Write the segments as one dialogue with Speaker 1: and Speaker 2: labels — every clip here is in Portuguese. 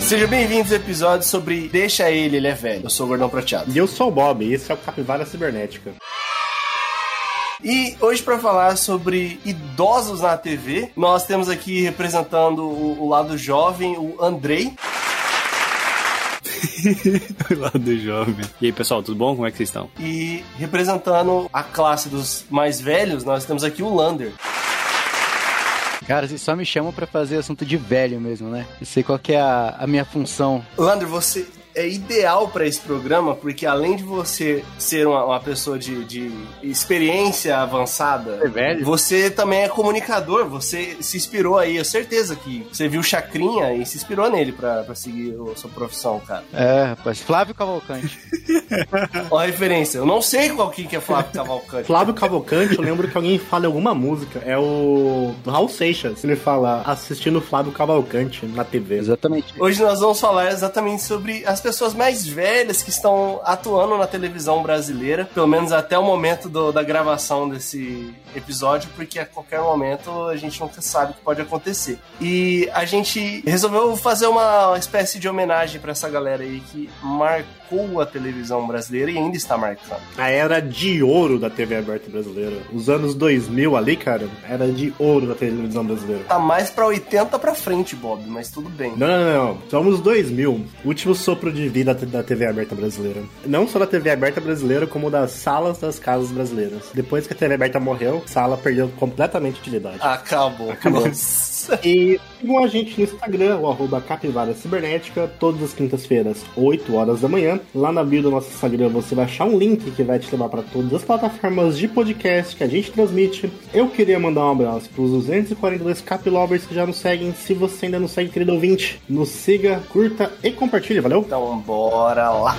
Speaker 1: Sejam bem-vindos ao episódio sobre Deixa Ele, Ele é Velho. Eu sou o Gordão Prateado.
Speaker 2: E eu sou o Bob, e esse é o Capivara Cibernética.
Speaker 1: E hoje, para falar sobre idosos na TV, nós temos aqui representando o, o lado jovem, o Andrei.
Speaker 3: Lá do jovem. E aí, pessoal, tudo bom? Como é que vocês estão?
Speaker 1: E representando a classe dos mais velhos, nós temos aqui o Lander.
Speaker 4: Cara, vocês só me chamam pra fazer assunto de velho mesmo, né? Eu sei qual que é a, a minha função.
Speaker 1: Lander, você é ideal para esse programa porque além de você ser uma, uma pessoa de, de experiência avançada,
Speaker 2: velho?
Speaker 1: você também é comunicador. Você se inspirou aí, eu certeza que você viu Chacrinha e se inspirou nele pra pra seguir a sua profissão, cara.
Speaker 4: É, rapaz. Flávio Cavalcante.
Speaker 1: Ó a referência. Eu não sei qual que que é Flávio Cavalcante.
Speaker 2: Flávio Cavalcante, eu lembro que alguém fala em alguma música. É o do Raul Seixas. Ele fala assistindo Flávio Cavalcante na TV.
Speaker 4: Exatamente.
Speaker 1: Hoje nós vamos falar exatamente sobre as pessoas mais velhas que estão atuando na televisão brasileira, pelo menos até o momento do- da gravação desse episódio, porque a qualquer momento a gente nunca sabe o que pode acontecer. E a gente resolveu fazer uma espécie de homenagem pra essa galera aí que marcou a televisão brasileira e ainda está marcando.
Speaker 2: A era de ouro da TV aberta brasileira. Os anos 2000 ali, cara, era de ouro da televisão brasileira.
Speaker 1: Tá mais pra 80 pra frente, Bob, mas tudo bem.
Speaker 2: Não, não, não, não. Somos 2000. Último sopro de vida da da TV aberta brasileira. Não só da TV aberta brasileira, como das salas das casas brasileiras. Depois que a TV aberta morreu, sala perdeu completamente utilidade.
Speaker 1: Acabou.
Speaker 2: Acabou.
Speaker 1: Nossa.
Speaker 2: E sigam a gente no Instagram, o arroba Capivara Cibernética, todas as quintas-feiras, 8 horas da manhã. Lá na bio do nosso Instagram você vai achar um link que vai te levar para todas as plataformas de podcast que a gente transmite. Eu queria mandar um abraço para os 242 Caplovers que já nos seguem. Se você ainda não segue, querido ouvinte, nos siga, curta e compartilhe, valeu?
Speaker 1: Então bora lá.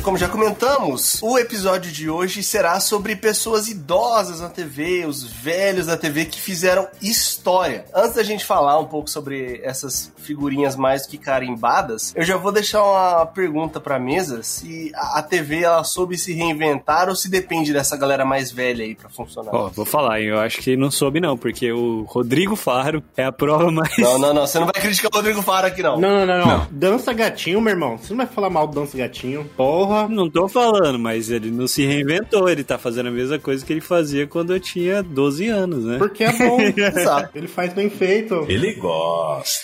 Speaker 1: Como já comentamos, o episódio de hoje será sobre pessoas idosas na TV, os velhos da TV que fizeram história. Antes da gente falar um pouco sobre essas figurinhas mais que carimbadas, eu já vou deixar uma pergunta pra mesa se a a TV ela soube se reinventar ou se depende dessa galera mais velha aí pra funcionar.
Speaker 3: Ó, vou falar, hein? Eu acho que não soube, não, porque o Rodrigo Faro é a prova mais.
Speaker 1: Não, não, não, você não vai criticar o Rodrigo Faro aqui não.
Speaker 2: Não, não, não, não. Dança gatinho, meu irmão. Você não vai falar mal do dança gatinho. Porra.
Speaker 3: Não tô falando, mas ele não se reinventou. Ele tá fazendo a mesma coisa que ele fazia quando eu tinha 12 anos, né?
Speaker 2: Porque é bom.
Speaker 1: Exato.
Speaker 2: Ele faz bem feito.
Speaker 5: Ele gosta.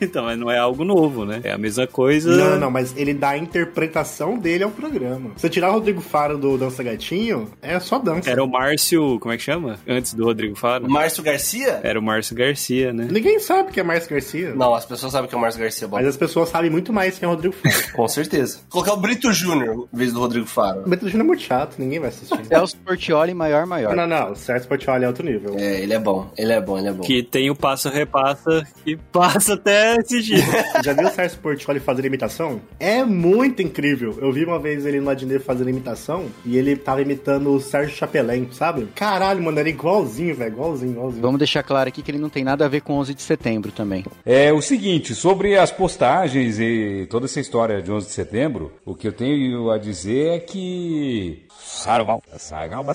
Speaker 3: Então, mas não é algo novo, né? É a mesma coisa.
Speaker 2: Não, não, mas ele dá a interpretação dele ao programa. Se você tirar o Rodrigo Faro do Dança Gatinho, é só dança.
Speaker 3: Era o Márcio. Como é que chama? Antes do Rodrigo Faro?
Speaker 1: Márcio Garcia?
Speaker 3: Era o Márcio Garcia, né?
Speaker 2: Ninguém sabe que é Márcio Garcia.
Speaker 1: Não, as pessoas sabem que é o Márcio Garcia, bom.
Speaker 2: Mas as pessoas sabem muito mais quem é o Rodrigo Faro.
Speaker 1: Com certeza. Colocar o Brito Júnior em vez do Rodrigo Faro.
Speaker 2: o Beto Júnior é muito chato, ninguém vai assistir.
Speaker 4: Celso Portioli, maior,
Speaker 2: Não,
Speaker 4: maior.
Speaker 2: não, não. O Sérgio Portioli é outro nível.
Speaker 1: É, ele é bom, ele é bom, ele é bom.
Speaker 3: Que tem o passo-repassa que passa até esse dia.
Speaker 2: Já viu o Sérgio Portioli fazer imitação? É muito incrível. Eu vi uma vez ele no Adnet fazendo imitação e ele tava imitando o Sérgio Chapelém, sabe? Caralho, mano, era igualzinho, velho. Igualzinho, igualzinho.
Speaker 4: Vamos deixar claro aqui que ele não tem nada a ver com 11 de setembro também.
Speaker 5: É o seguinte, sobre as postagens e toda essa história de 11 de setembro, o que eu tenho a dizer é que... Sarumal, Sarumal, Sarumal,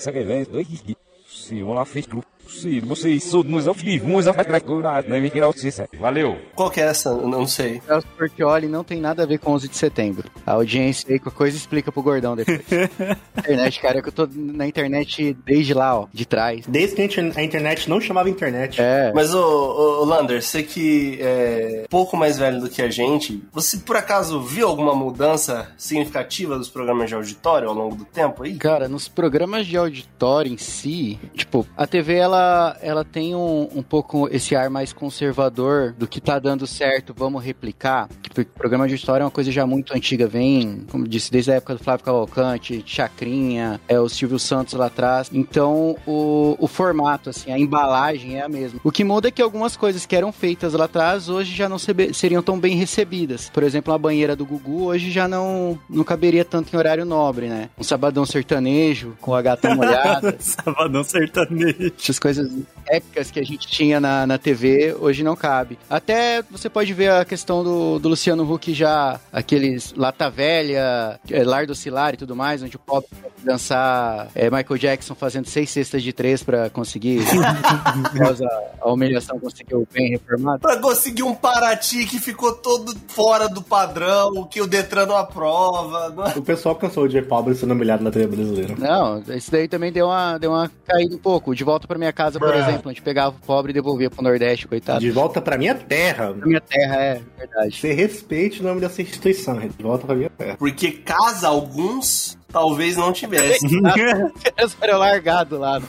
Speaker 5: se lá fez grupo, se vocês são nos afirmos, valeu.
Speaker 1: Qual que é essa? Eu Não sei.
Speaker 4: Celso Portioli não tem nada a ver com 11 de setembro. A audiência aí com a coisa explica pro gordão depois. internet, cara, é que eu tô na internet desde lá, ó, de trás.
Speaker 2: Desde que a inter- a internet não chamava internet.
Speaker 4: É,
Speaker 1: Mas, ô, ô, ô, Lander, você que é pouco mais velho do que a gente, você por acaso viu alguma mudança significativa dos programas de auditório ao longo do tempo aí?
Speaker 4: Cara, nos programas de auditório em si, tipo, a TV ela ela, ela tem um, um pouco esse ar mais conservador do que tá dando certo, vamos replicar. Porque programa de história é uma coisa já muito antiga, vem, como disse, desde a época do Flávio Cavalcante, Chacrinha, é o Silvio Santos lá atrás. Então, o, o formato, assim, a embalagem é a mesma. O que muda é que algumas coisas que eram feitas lá atrás, hoje já não sebe- seriam tão bem recebidas. Por exemplo, a banheira do Gugu, hoje já não, não caberia tanto em horário nobre, né? Um sabadão sertanejo, com a gata molhada.
Speaker 3: Sabadão sertanejo.
Speaker 4: Essas coisas épicas que a gente tinha na, na TV, hoje não cabe. Até você pode ver a questão do, do Luciano Huck já, aqueles Lata Velha, é, Lardo Cilar e tudo mais, onde o pobre tem que dançar é, Michael Jackson fazendo seis cestas de três pra conseguir, após a, a humilhação, conseguir o bem reformado.
Speaker 1: Pra conseguir um Paraty que ficou todo fora do padrão, que o Detran não aprova. não é?
Speaker 2: O pessoal cansou de ver pobre sendo humilhado na TV brasileira.
Speaker 4: Não, isso daí também deu uma, deu uma caída um pouco. De volta pra minha casa, por
Speaker 2: Bruh.
Speaker 4: exemplo, a gente pegava o pobre e devolvia pro Nordeste, coitado.
Speaker 2: De volta pra minha terra.
Speaker 4: Na minha terra, é verdade.
Speaker 2: Você respeite o nome dessa instituição, de volta pra minha terra.
Speaker 1: Porque casa alguns talvez não tivesse. Tá?
Speaker 4: Era largado lá.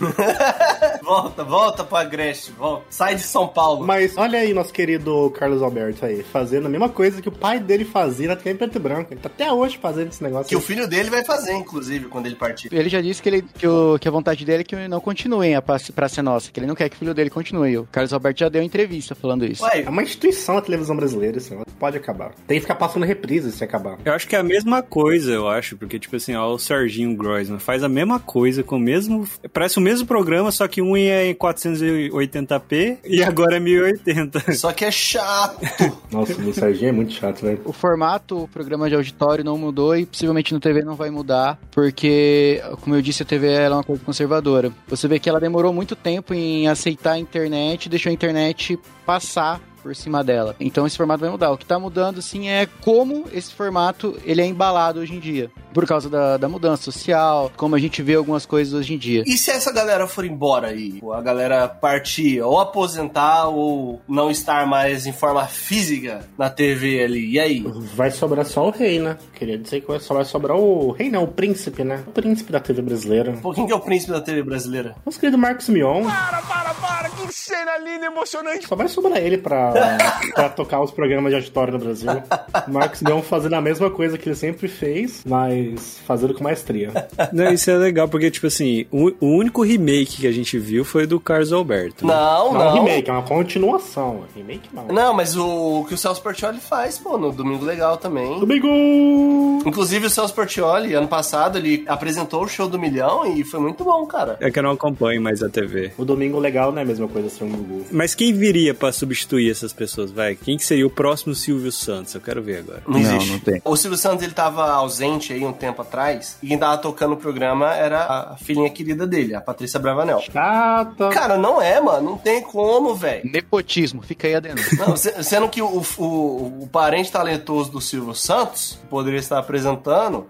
Speaker 1: volta, volta pra Agreste, volta. Sai de São Paulo.
Speaker 2: Mas olha aí nosso querido Carlos Alberto aí, fazendo a mesma coisa que o pai dele fazia na TV em preto e branco. Ele tá até hoje fazendo esse negócio.
Speaker 1: Que o filho dele vai fazer, inclusive, quando ele partir.
Speaker 4: Ele já disse que, ele, que, o- que a vontade dele é que não continue a Praça Praça é Nossa, que ele não quer que o filho dele continue. O Carlos Alberto já deu entrevista falando isso.
Speaker 1: Ué,
Speaker 2: É uma instituição da televisão brasileira, isso pode acabar. Tem que ficar passando reprise se acabar.
Speaker 3: Eu acho que é a mesma coisa, eu acho, porque, tipo assim, ó, o Serginho Groisman faz a mesma coisa com o mesmo. Parece o mesmo programa, só que um é em 480p e agora é 1080.
Speaker 1: só que é chato.
Speaker 2: Nossa, o do Serginho é muito chato, velho.
Speaker 4: O formato, o programa de auditório não mudou e possivelmente no TV não vai mudar, porque, como eu disse, a TV ela é uma coisa conservadora. Você vê que ela demorou muito tempo em aceitar a internet, deixou a internet passar por cima dela. Então esse formato vai mudar. O que tá mudando, sim, é como esse formato ele é embalado hoje em dia, por causa da, da mudança social, como a gente vê algumas coisas hoje em dia.
Speaker 1: E se essa galera for embora aí? Ou A galera partir, ou aposentar, ou não estar mais em forma física na TV ali. E aí?
Speaker 2: Vai sobrar só o rei, né? Queria dizer que vai- só vai sobrar o rei, não, o príncipe, né? O príncipe da TV brasileira.
Speaker 1: Pô, quem que é o príncipe da TV brasileira?
Speaker 2: Nosso querido Marcos Mion.
Speaker 6: Para, para, para, que cena linda, emocionante.
Speaker 2: Só vai sobrar ele pra, pra tocar os programas de auditório no Brasil. O Marcos Mion fazendo a mesma coisa que ele sempre fez, mas fazendo com maestria.
Speaker 3: Não, isso é legal, porque, tipo assim, o, o único remake que a gente viu foi do Carlos Alberto.
Speaker 1: Não,
Speaker 2: Não é um
Speaker 1: não.
Speaker 2: remake, é uma continuação. Remake não.
Speaker 1: Não, mas o, o que o Celso Portioli faz, pô, no Domingo Legal também.
Speaker 2: Domingo!
Speaker 1: Inclusive o Celso Portioli, ano passado, ele apresentou o show do Milhão e foi muito bom, cara.
Speaker 3: É que eu não acompanho mais a TV.
Speaker 2: O domingo legal não é a mesma coisa ser um Gugu.
Speaker 3: Mas quem viria pra substituir essas pessoas, vai? Quem que seria o próximo Silvio Santos? Eu quero ver agora.
Speaker 1: Não existe.
Speaker 4: não tem.
Speaker 1: O Silvio Santos, ele tava ausente aí um tempo atrás e quem tava tocando o programa era a filhinha querida dele, a Patrícia Bravanel.
Speaker 2: Chata.
Speaker 1: Cara, não é, mano. Não tem como, velho.
Speaker 4: É Nepotismo, fica aí a denúncia.
Speaker 1: Não, se- sendo que o, o, o parente talentoso do Silvio Santos, que poderia estar apresentando,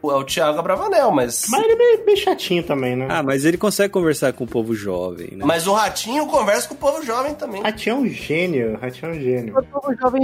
Speaker 1: é o Thiago Bravanel, mas.
Speaker 2: Mas ele é meio, meio chatinho também, né?
Speaker 3: Ah, mas ele consegue conversar com o povo jovem, né?
Speaker 1: Mas o Ratinho conversa com o povo jovem também.
Speaker 2: Ratinho é um gênio, Ratinho é um gênio.
Speaker 4: O jovem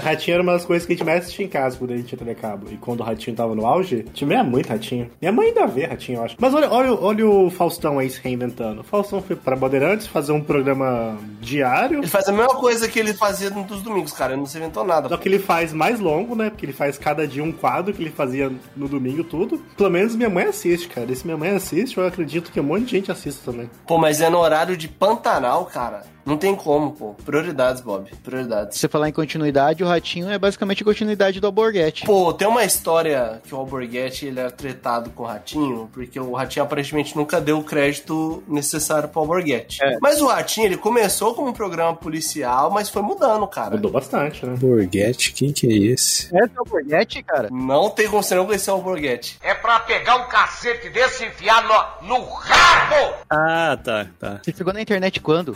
Speaker 2: Ratinho era uma das coisas que a gente mais assistia em casa quando a gente tinha TV cabo. E quando o Ratinho tava no auge, a gente via muito Ratinho. Minha mãe ainda vê Ratinho, eu acho. Mas olha, olha, o- olha o Faustão aí se reinventando. O Faustão foi pra Bandeirantes fazer um programa diário.
Speaker 1: Ele faz a mesma coisa que ele fazia nos domingos, cara. Ele não se inventou nada.
Speaker 2: Só que ele faz mais longo, né? Porque ele faz cada dia um quadro que ele fazia no domingo tudo. Pelo menos minha mãe assiste, cara. E se minha mãe assiste, eu acredito que um monte de gente assista também.
Speaker 1: Pô, mas é no horário de Pantanal, cara. Não tem como, pô. Prioridades, Bob. Prioridades.
Speaker 4: Você falar em continuidade, o ratinho é basicamente a continuidade do Alborguete.
Speaker 1: Pô, tem uma história que o Alborguete ele era tretado com o Ratinho, porque o Ratinho aparentemente nunca deu o crédito necessário pro Alborguete. Mas o Ratinho, ele começou como um programa policial, mas foi mudando, cara.
Speaker 2: Mudou bastante, né?
Speaker 3: Borghetti, quem que é esse?
Speaker 4: Essa é o Alborguete, cara?
Speaker 1: Não tem como você não conhecer o Alborguete.
Speaker 6: É pra pegar um cacete desse e enfiar no, no rabo!
Speaker 3: Ah, tá, tá.
Speaker 4: Você ficou na internet quando?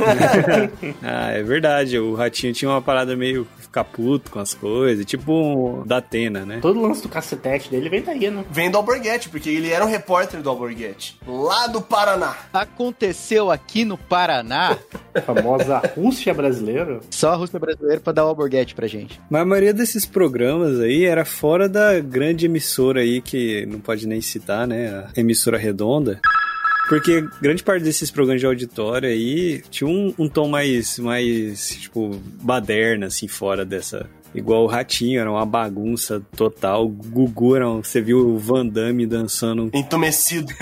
Speaker 3: Ah, é verdade. O Ratinho tinha uma parada meio ficar puto com as coisas, tipo um da Atena, né?
Speaker 2: Todo lance do cacetete dele vem daí, né?
Speaker 1: Vem do Alborguete, porque ele era um repórter do Alborguete. Lá do Paraná.
Speaker 4: Aconteceu aqui no Paraná.
Speaker 2: A famosa Rússia brasileira.
Speaker 4: Só a Rússia brasileira pra dar o Alborguete pra gente.
Speaker 3: Mas a maioria desses programas aí era fora da grande emissora aí, que não pode nem citar, né? A emissora redonda. Porque grande parte desses programas de auditório aí tinha um, um tom mais, mais, tipo, baderna, assim, fora dessa. Igual o Ratinho, era uma bagunça total. O Gugu era um, Você viu o Van Damme dançando um
Speaker 1: Entumecido.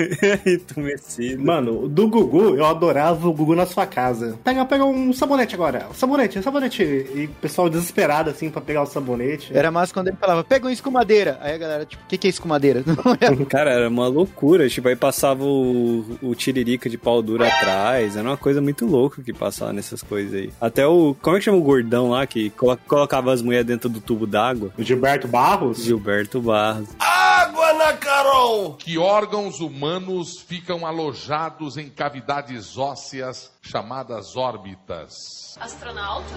Speaker 3: entumecido.
Speaker 2: Mano, do Gugu, eu adorava o Gugu na sua casa. Pega, pega um sabonete agora. Sabonete, sabonete. E o pessoal desesperado, assim, pra pegar o sabonete.
Speaker 4: Era massa quando ele falava, pega uma escumadeira. Aí a galera, tipo, o que, que é escumadeira? Não olhava.
Speaker 3: Cara, era uma loucura. Tipo, aí passava o, o tiririca de pau dura atrás. Era uma coisa muito louca que passava nessas coisas aí. Até o. Como é que chama o gordão lá que colo- colocava as mulheres dentro do tubo d'água?
Speaker 2: O Gilberto Barros?
Speaker 3: Gilberto Barros.
Speaker 1: Água na Carol!
Speaker 7: Que órgãos humanos ficam alojados em cavidades ósseas chamadas órbitas?
Speaker 8: Astronauta?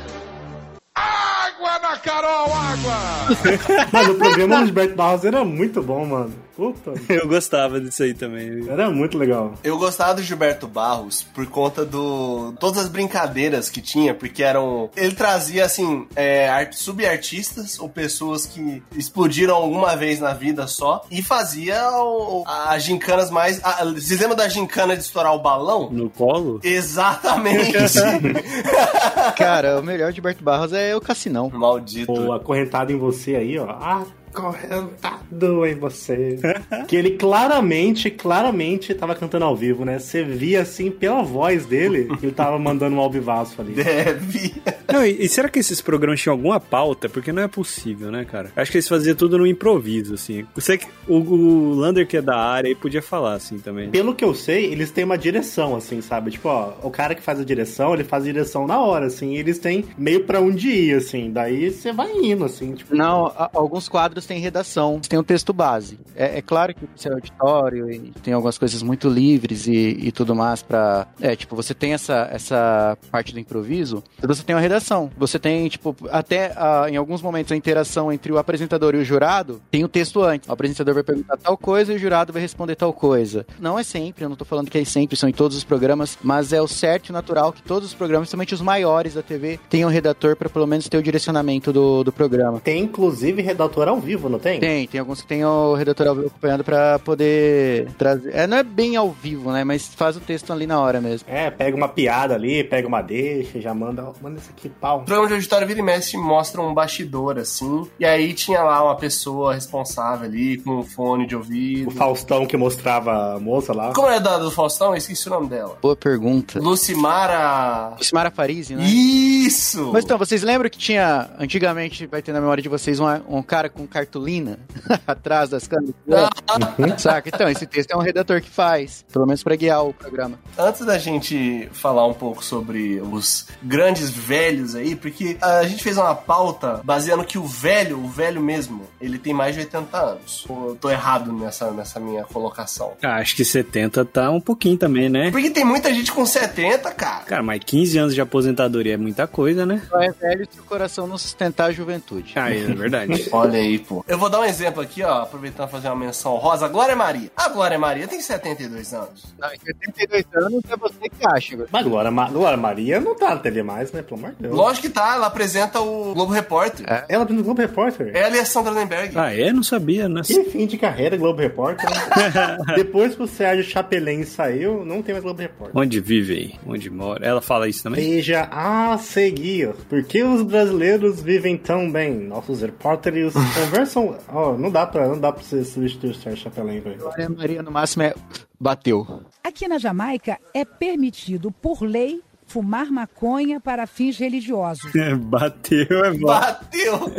Speaker 7: Água na Carol, água!
Speaker 2: Mano, o programa do Gilberto Barros era muito bom, mano. Puta.
Speaker 3: Eu gostava disso aí também.
Speaker 2: Era muito legal.
Speaker 1: Eu gostava do Gilberto Barros por conta do. todas as brincadeiras que tinha, porque eram. Ele trazia, assim, é, art- subartistas ou pessoas que explodiram alguma vez na vida só e fazia o- as gincanas mais. A, vocês lembram da gincana de estourar o balão?
Speaker 3: No colo?
Speaker 1: Exatamente!
Speaker 4: Cara, o melhor de Berto Barros é o Cassinão.
Speaker 1: Maldito.
Speaker 2: Ou acorrentado em você aí, ó. Acorrentado em você. que ele claramente, claramente tava cantando ao vivo, né? Você via assim pela voz dele, que ele tava mandando um albivaço ali.
Speaker 1: Deve.
Speaker 3: Não, e, e será que esses programas tinham alguma pauta? Porque não é possível, né, cara? Acho que eles faziam tudo no improviso, assim. Eu sei que o, o Lander, que é da área, aí podia falar, assim, também.
Speaker 2: Pelo que eu sei, eles têm uma direção, assim, sabe? Tipo, ó, o cara que faz a direção, ele faz a direção na hora, assim, e eles têm meio pra onde ir, assim. Daí você vai indo, assim, tipo.
Speaker 4: Não, a- alguns quadros têm redação, tem um texto base. É, é claro que isso é auditório e tem algumas coisas muito livres e, e tudo mais pra. É, tipo, você tem essa, essa parte do improviso, mas você tem uma redação. Você tem, tipo, até ah, em alguns momentos a interação entre o apresentador e o jurado tem o texto antes. O apresentador vai perguntar tal coisa e o jurado vai responder tal coisa. Não é sempre, eu não tô falando que é sempre, são em todos os programas, mas é o certo e natural que todos os programas, principalmente os maiores da TV, tenham um redator pra pelo menos ter o direcionamento do, do programa.
Speaker 2: Tem inclusive redator ao vivo, não tem?
Speaker 4: Tem, tem alguns que tem o redator ao vivo acompanhando pra poder trazer. É, não é bem ao vivo, né? Mas faz o texto ali na hora mesmo.
Speaker 2: É, pega uma piada ali, pega uma deixa, já manda, ó, manda isso aqui, pau.
Speaker 1: O programa de auditório vira e mexe mostra um bastidor, assim. E aí tinha lá uma pessoa responsável ali, com um fone de
Speaker 2: O
Speaker 1: ouvido.
Speaker 2: Faustão que mostrava a moça lá.
Speaker 1: Como era da do Faustão? Eu esqueci o nome dela.
Speaker 4: Boa pergunta.
Speaker 1: Lucimara.
Speaker 4: Lucimara Farisi, né?
Speaker 1: Isso!
Speaker 4: Mas então, vocês lembram que tinha, antigamente, vai ter na memória de vocês, uma- um cara com cartolina atrás das câmeras?
Speaker 1: Ah,
Speaker 4: Saca? Então, esse texto é um redator que faz, pelo menos pra guiar o programa.
Speaker 1: Antes da gente falar um pouco sobre os grandes velhos aí, porque a gente fez uma pauta baseando que o velho, o velho mesmo, ele tem mais de 80 anos. Eu tô errado nessa, nessa minha colocação. É
Speaker 3: Ah, acho que 70 tá um pouquinho também, né?
Speaker 1: Porque tem muita gente com 70, cara.
Speaker 3: Cara, mas 15 anos de aposentadoria é muita coisa, né?
Speaker 4: Só é velho se o coração não sustentar a juventude.
Speaker 3: Ah, é verdade.
Speaker 1: Olha aí, pô. Eu vou dar um exemplo aqui, ó, aproveitando pra fazer uma menção rosa. Glória Maria. A Glória Maria tem 72 anos.
Speaker 4: Não, em 72 anos é você que acha, agora.
Speaker 2: Mas Glória, Ma- Glória Maria não tá na TV mais, né? Pelo amor de Deus.
Speaker 1: Lógico que tá, ela apresenta o Globo Repórter.
Speaker 4: É.
Speaker 2: Ela abriu no Globo Repórter.
Speaker 1: Ela e a Sandra Nenberg.
Speaker 3: ah, é? Não sabia, né?
Speaker 2: Que fim de carreira, Globo Repórter. né? Depois que o Sérgio Chapelin saiu, não tem mais Globo Repórter.
Speaker 3: Onde vive aí? Onde mora? Ela fala isso também?
Speaker 2: Veja a seguir. Por que os brasileiros vivem tão bem? Nossos repórteres conversam. Ó, não dá pra, não dá pra você substituir o Sérgio Chapelin, velho.
Speaker 4: Glória Maria, no máximo, é bateu.
Speaker 9: Aqui na Jamaica é permitido, por lei, fumar maconha para fins religiosos.
Speaker 3: É, bateu, é bom.
Speaker 1: Bateu!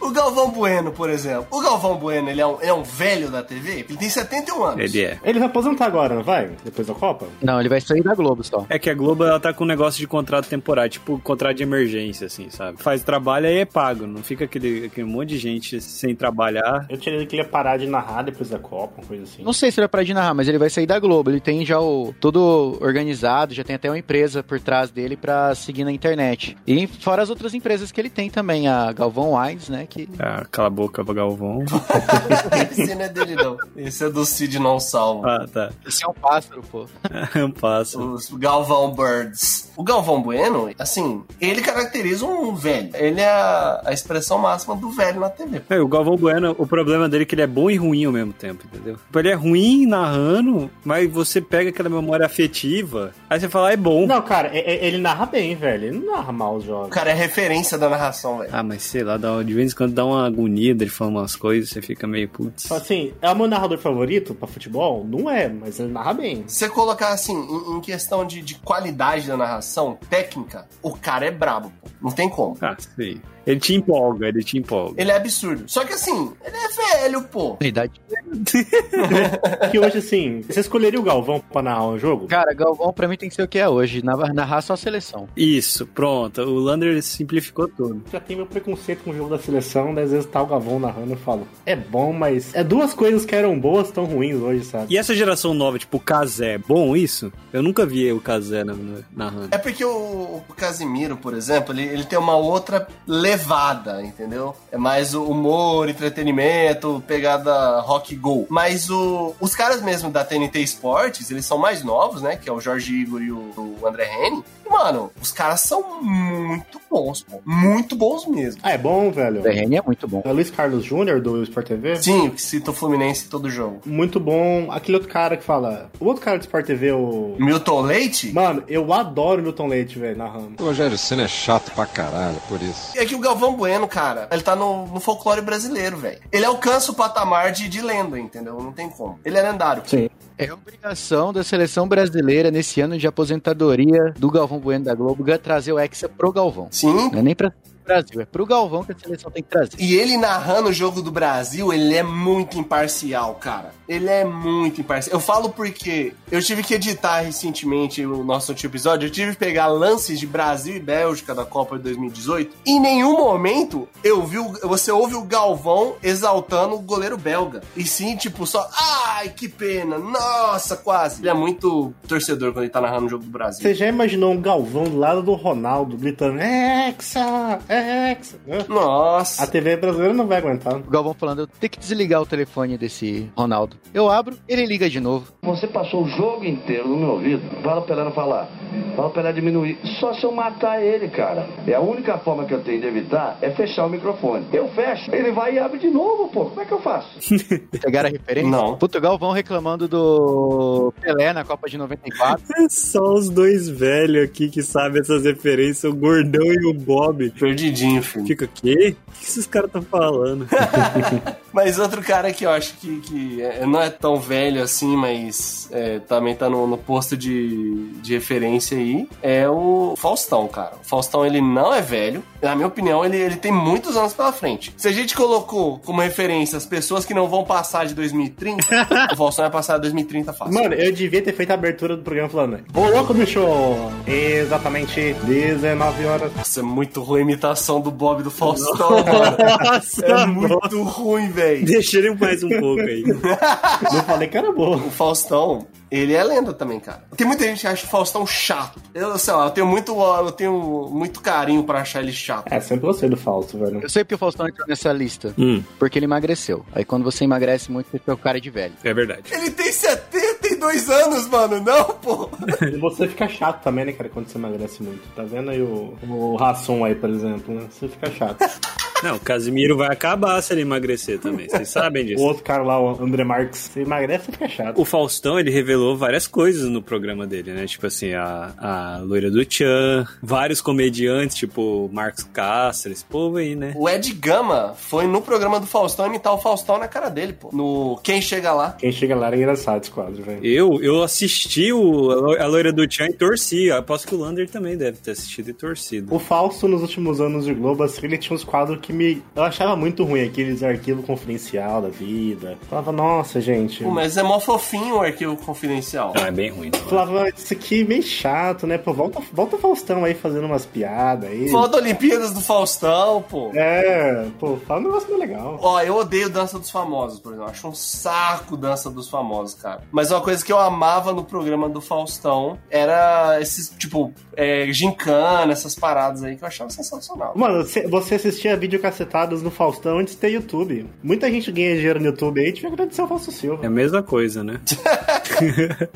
Speaker 1: o Galvão Bueno, por exemplo. O Galvão Bueno, ele é um, ele é um velho da TV? Ele tem 71 anos.
Speaker 3: Ele é.
Speaker 2: Ele vai aposentar agora, não vai? Depois da Copa?
Speaker 4: Não, ele vai sair da Globo só.
Speaker 3: É que a Globo, ela tá com um negócio de contrato temporário, tipo contrato de emergência, assim, sabe? Faz trabalho aí é pago, não fica aquele, aquele monte de gente sem trabalhar.
Speaker 2: Eu tirei que ele ia parar de narrar depois da Copa, uma coisa assim.
Speaker 4: Não sei se ele vai parar de narrar, mas ele vai sair da Globo. Ele tem já o todo organizado, já tem até uma empresa por trás dele pra seguir na internet. E fora as outras empresas que ele tem também, a Galvão Wines, né? Que
Speaker 1: dele.
Speaker 3: Ah, cala a boca, Galvão.
Speaker 1: Esse não é dele, não. Esse é do Cid Não Salvo.
Speaker 3: Ah, tá.
Speaker 4: Esse é um pássaro, pô.
Speaker 3: Um passo.
Speaker 1: Os Galvão Birds. O Galvão Bueno, assim, ele caracteriza um velho. Ele é a, a expressão máxima do velho na TV.
Speaker 3: É, o Galvão Bueno, o problema dele é que ele é bom e ruim ao mesmo tempo, entendeu? Tipo, Ele é ruim narrando, mas você pega aquela memória afetiva, aí você fala, "Ah, é bom.
Speaker 2: Não, cara, é- é- ele narra bem, velho. Ele não narra mal os
Speaker 1: O
Speaker 2: jogos.
Speaker 1: cara é referência da narração, velho.
Speaker 3: Ah, mas sei lá, dá, de vez em quando dá uma agonia dele falando umas coisas, você fica meio putz.
Speaker 2: Assim, é o meu narrador favorito pra futebol? Não é, mas ele narra bem.
Speaker 1: Se você colocar assim, em, em questão de, de qualidade da narração, técnica, o cara é brabo, pô. Não tem como.
Speaker 3: Ah, sei. Ele te empolga, ele te empolga.
Speaker 1: Ele é absurdo. Só que assim, ele é velho, pô.
Speaker 4: Na idade.
Speaker 2: Que hoje, assim, você escolheria o Galvão pra narrar um jogo?
Speaker 4: Cara, Galvão pra mim tem que ser o que é hoje. na- Narrar só a seleção.
Speaker 3: Isso, pronto. O Lander simplificou tudo.
Speaker 2: Já tem meu preconceito com o jogo da seleção, daí às vezes tá o Galvão narrando e falo, é bom, mas é duas coisas que eram boas tão ruins hoje, sabe?
Speaker 3: E essa geração nova, tipo, o Kazé, bom isso? Eu nunca vi o Kazé na- na- narrando.
Speaker 1: É porque o, o Casimiro, por exemplo, ele, ele tem uma outra levada, entendeu? É mais o humor, entretenimento, pegada rock go. Mas o- os caras mesmo da TNT Esportes, eles são mais novos, né? Que é o Jorge Igor e o, o André Henning. E, mano, os caras são muito bons, pô. Muito bons mesmo.
Speaker 2: Ah, é bom, velho.
Speaker 4: O DRN é muito bom.
Speaker 2: É Luiz Carlos Júnior do Sport TV?
Speaker 1: Sim, o que cita o Fluminense em todo jogo.
Speaker 2: Muito bom. Aquele outro cara que fala. O outro cara do Sport TV, o.
Speaker 1: Milton Leite?
Speaker 2: Mano, eu adoro o Milton Leite, velho, narrando.
Speaker 8: O Rogério Senna é chato pra caralho, por isso.
Speaker 1: É que o Galvão Bueno, cara, ele tá no, no folclore brasileiro, velho. Ele alcança o patamar de, de lenda, entendeu? Não tem como. Ele é lendário.
Speaker 4: É obrigação da seleção brasileira nesse ano de aposentadoria do Galvão Bueno da Globo ga- trazer o Hexa pro Galvão.
Speaker 1: Sim,
Speaker 4: Não é nem pra Brasil, é pro Galvão que a seleção tem que trazer.
Speaker 1: E ele narrando o jogo do Brasil, ele é muito imparcial, cara. Ele é muito imparcial. Eu falo porque eu tive que editar recentemente o nosso último episódio. Eu tive que pegar lances de Brasil e Bélgica da Copa de 2018. Em nenhum momento eu vi o- você ouve o Galvão exaltando o goleiro belga. E sim, tipo, só. Ai, que pena! Nossa, quase! Ele é muito torcedor quando ele tá narrando o jogo do Brasil.
Speaker 2: Você já imaginou um Galvão do lado do Ronaldo gritando: É Hexa! É Hexa! Hã?
Speaker 1: Nossa!
Speaker 2: A TV brasileira não vai aguentar.
Speaker 4: O Galvão falando, eu tenho que desligar o telefone desse Ronaldo. Eu abro, ele liga de novo.
Speaker 10: Você passou o jogo inteiro no meu ouvido. Fala o Pelé não falar. Fala o Pelé diminuir. Só se eu matar ele, cara. É a única forma que eu tenho de evitar é fechar o microfone. Eu fecho, ele vai e abre de novo, pô. Como é que eu faço?
Speaker 4: Pegaram a referência?
Speaker 1: Não.
Speaker 4: Puto Galvão reclamando do Pelé na Copa de 94.
Speaker 3: É só os dois velhos aqui que sabem essas referências, o Gordão e o Bob.
Speaker 1: Perdidinho, filho.
Speaker 3: Fica, o quê? O que esses caras estão falando?
Speaker 1: Mas outro cara que eu acho que, que é- não é tão velho assim, mas é, também tá no, no posto de, de referência aí, é o Faustão, cara. O Faustão, ele não é velho. Na minha opinião, ele, ele tem muitos anos pela frente. Se a gente colocou como referência as pessoas que não vão passar de 2030, o Faustão vai passar de 2030 fácil.
Speaker 2: Mano, eu devia ter feito a abertura do programa falando: Ô louco, bicho! Exatamente 19 horas.
Speaker 1: Nossa, é muito ruim a imitação do Bob do Faustão, mano.
Speaker 3: Nossa,
Speaker 1: É
Speaker 3: bom.
Speaker 1: muito ruim, velho.
Speaker 3: Deixa ele mais um pouco aí.
Speaker 2: Eu falei que era boa.
Speaker 1: O Faustão, ele é lenda também, cara. Tem muita gente que acha o Faustão chato. Eu, sei lá, eu tenho muito, eu tenho muito carinho pra achar ele chato.
Speaker 2: É, sempre gostei do falso, velho.
Speaker 4: Eu sei porque o Faustão entrou nessa lista.
Speaker 3: Hum.
Speaker 4: Porque ele emagreceu. Aí quando você emagrece muito, você fica o cara de velho.
Speaker 3: É verdade.
Speaker 1: Ele tem 72 anos, mano, não, pô.
Speaker 2: E você fica chato também, né, cara, quando você emagrece muito. Tá vendo aí o, o Rassum aí, por exemplo, né? Você fica chato.
Speaker 3: Não, o Casimiro vai acabar se ele emagrecer também. Vocês sabem
Speaker 2: O
Speaker 3: disso.
Speaker 2: outro cara lá, o André Marques, você emagrece e fica chato.
Speaker 3: O Faustão, ele revelou várias coisas no programa dele, né? Tipo assim, a, a loira do Tchan, vários comediantes, tipo Marcos Castro, esse povo aí, né?
Speaker 1: O Ed Gama foi no programa do Faustão imitar o Faustão na cara dele, pô. No Quem Chega Lá.
Speaker 2: Quem chega lá é engraçado esse quadro, velho.
Speaker 3: Eu, eu assisti o, a Lo- a loira do Tchan e torci. Eu Aposto que o Lander também deve ter assistido e torcido.
Speaker 2: O Fausto, nos últimos anos de Globo, assim, ele tinha uns quadros que me... Eu achava muito ruim, aqueles arquivo confidencial da vida. Falava, nossa, gente...
Speaker 1: Pô, mas é mó fofinho o arquivo confidencial.
Speaker 3: Não, é bem ruim. não é?
Speaker 2: Falava, isso aqui é meio chato, né? Pô, volta, volta o Faustão aí fazendo umas piadas aí.
Speaker 1: Volta Olimpíadas do Faustão, pô.
Speaker 2: É, pô, fala um negócio meio legal.
Speaker 1: Ó, eu odeio Dança dos Famosos, por exemplo. Acho um saco Dança dos Famosos, cara. Mas uma coisa que eu amava no programa do Faustão era esses, tipo, é, gincana, essas paradas aí que eu achava sensacional.
Speaker 2: Mano, você- você assistia vídeo pediu cacetadas no Faustão antes de ter YouTube. Muita gente ganha dinheiro no YouTube aí, tinha que agradecer ao Fausto Silva.
Speaker 3: É a mesma coisa, né?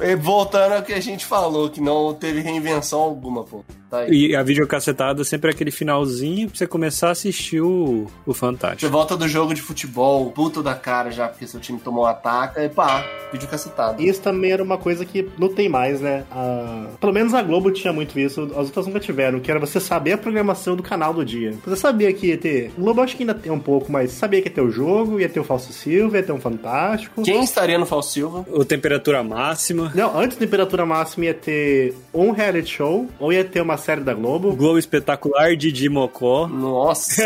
Speaker 1: E voltando ao que a gente falou, que não teve reinvenção alguma, pô. Tá aí.
Speaker 3: E a videocacetada sempre é aquele finalzinho pra você começar a assistir o, o
Speaker 1: Você
Speaker 3: Fantástico.
Speaker 1: volta do jogo de futebol, puto da cara já, porque seu time tomou um ataque, e pá, vídeo cacetado.
Speaker 2: Isso também era uma coisa que não tem mais, né? A- Pelo menos a Globo tinha muito isso, as outras nunca tiveram, que era você saber a programação do canal do dia. Você sabia que ia ter. O Globo acho que ainda tem um pouco, mas sabia que ia ter o jogo, ia ter o Falso Silva, ia ter um Fantástico.
Speaker 1: Quem estaria no Fausto Silva?
Speaker 3: Ou temperatura máxima,
Speaker 2: Não, antes da temperatura máxima ia ter um reality show, ou ia ter uma série da Globo.
Speaker 3: Globo espetacular, Didi Mocó.
Speaker 1: Nossa,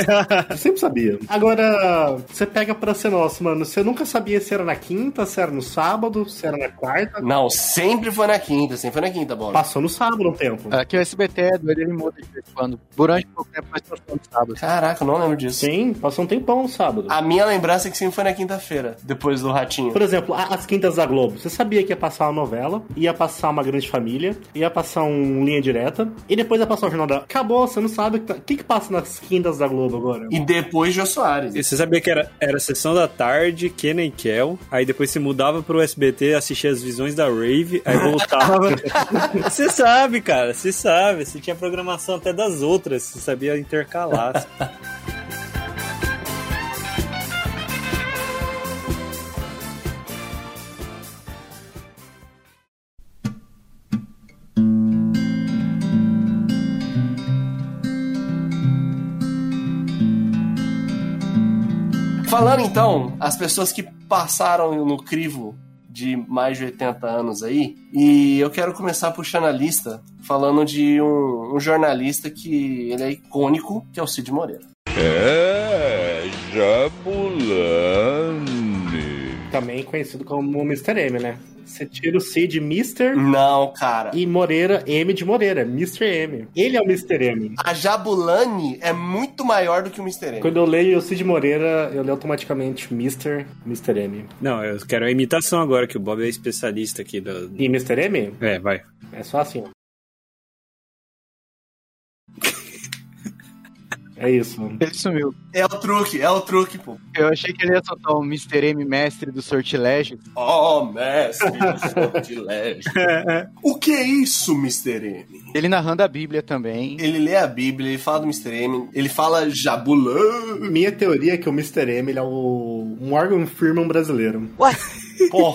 Speaker 2: Eu sempre sabia. Agora, você pega pra ser nosso, mano. Você nunca sabia se era na quinta, se era no sábado, se era na quarta.
Speaker 1: não, sempre foi na quinta, sempre foi na quinta, bola.
Speaker 2: Passou no sábado um tempo.
Speaker 4: Aqui o SBT é doido, ele muda de vez em quando. Durante pouco tempo, mas passou no sábado.
Speaker 1: Caraca, eu não lembro disso.
Speaker 2: Sim, passou um tempão no sábado.
Speaker 1: A minha lembrança é que sempre foi na quinta-feira, depois do Ratinho.
Speaker 2: Por exemplo, a- as quintas da Globo. Você sabia que ia passar uma novela, ia passar uma grande família, ia passar um linha direta, e depois ia passar o jornal da. Acabou, você não sabe o que, tá- o que, que passa nas quintas da Globo agora.
Speaker 1: E depois Jô Soares.
Speaker 3: E Você sabia que era, era Sessão da Tarde, Kenan e Kel, aí depois se mudava pro SBT, assistia as visões da Rave, aí voltava. você sabe, cara, você sabe, você tinha programação até das outras, você sabia intercalar.
Speaker 1: Falando então, as pessoas que passaram no crivo de mais de 80 anos aí, e eu quero começar puxando a lista falando de um, um jornalista que ele é icônico, que é o Cid Moreira.
Speaker 7: É, Jabulani.
Speaker 2: Também conhecido como Mr. M, né? Você tira o C de Mr.
Speaker 1: Não, cara.
Speaker 2: e Moreira, M de Moreira, Mr. M. Ele é o Mr. M.
Speaker 1: A Jabulani é muito maior do que o Mr. M.
Speaker 2: Quando eu leio o Cid Moreira, eu leio automaticamente Mr. Mr. M.
Speaker 3: Não, eu quero a imitação agora, que o Bob é especialista aqui do.
Speaker 2: E Mr. M
Speaker 3: É, vai.
Speaker 2: é só assim, ó. É isso.
Speaker 4: Ele sumiu.
Speaker 1: É o truque, é o truque, pô.
Speaker 4: Eu achei que ele ia soltar o Mr. M, mestre do sortilégio.
Speaker 1: Oh, mestre, sortilégio. o que é isso, Mr. M?
Speaker 4: Ele narrando a Bíblia também.
Speaker 1: Ele lê a Bíblia, ele fala do Mr. M, ele fala Jabulani.
Speaker 2: Minha teoria é que o Mr. M ele é o Morgan Freeman um brasileiro.
Speaker 1: Pô,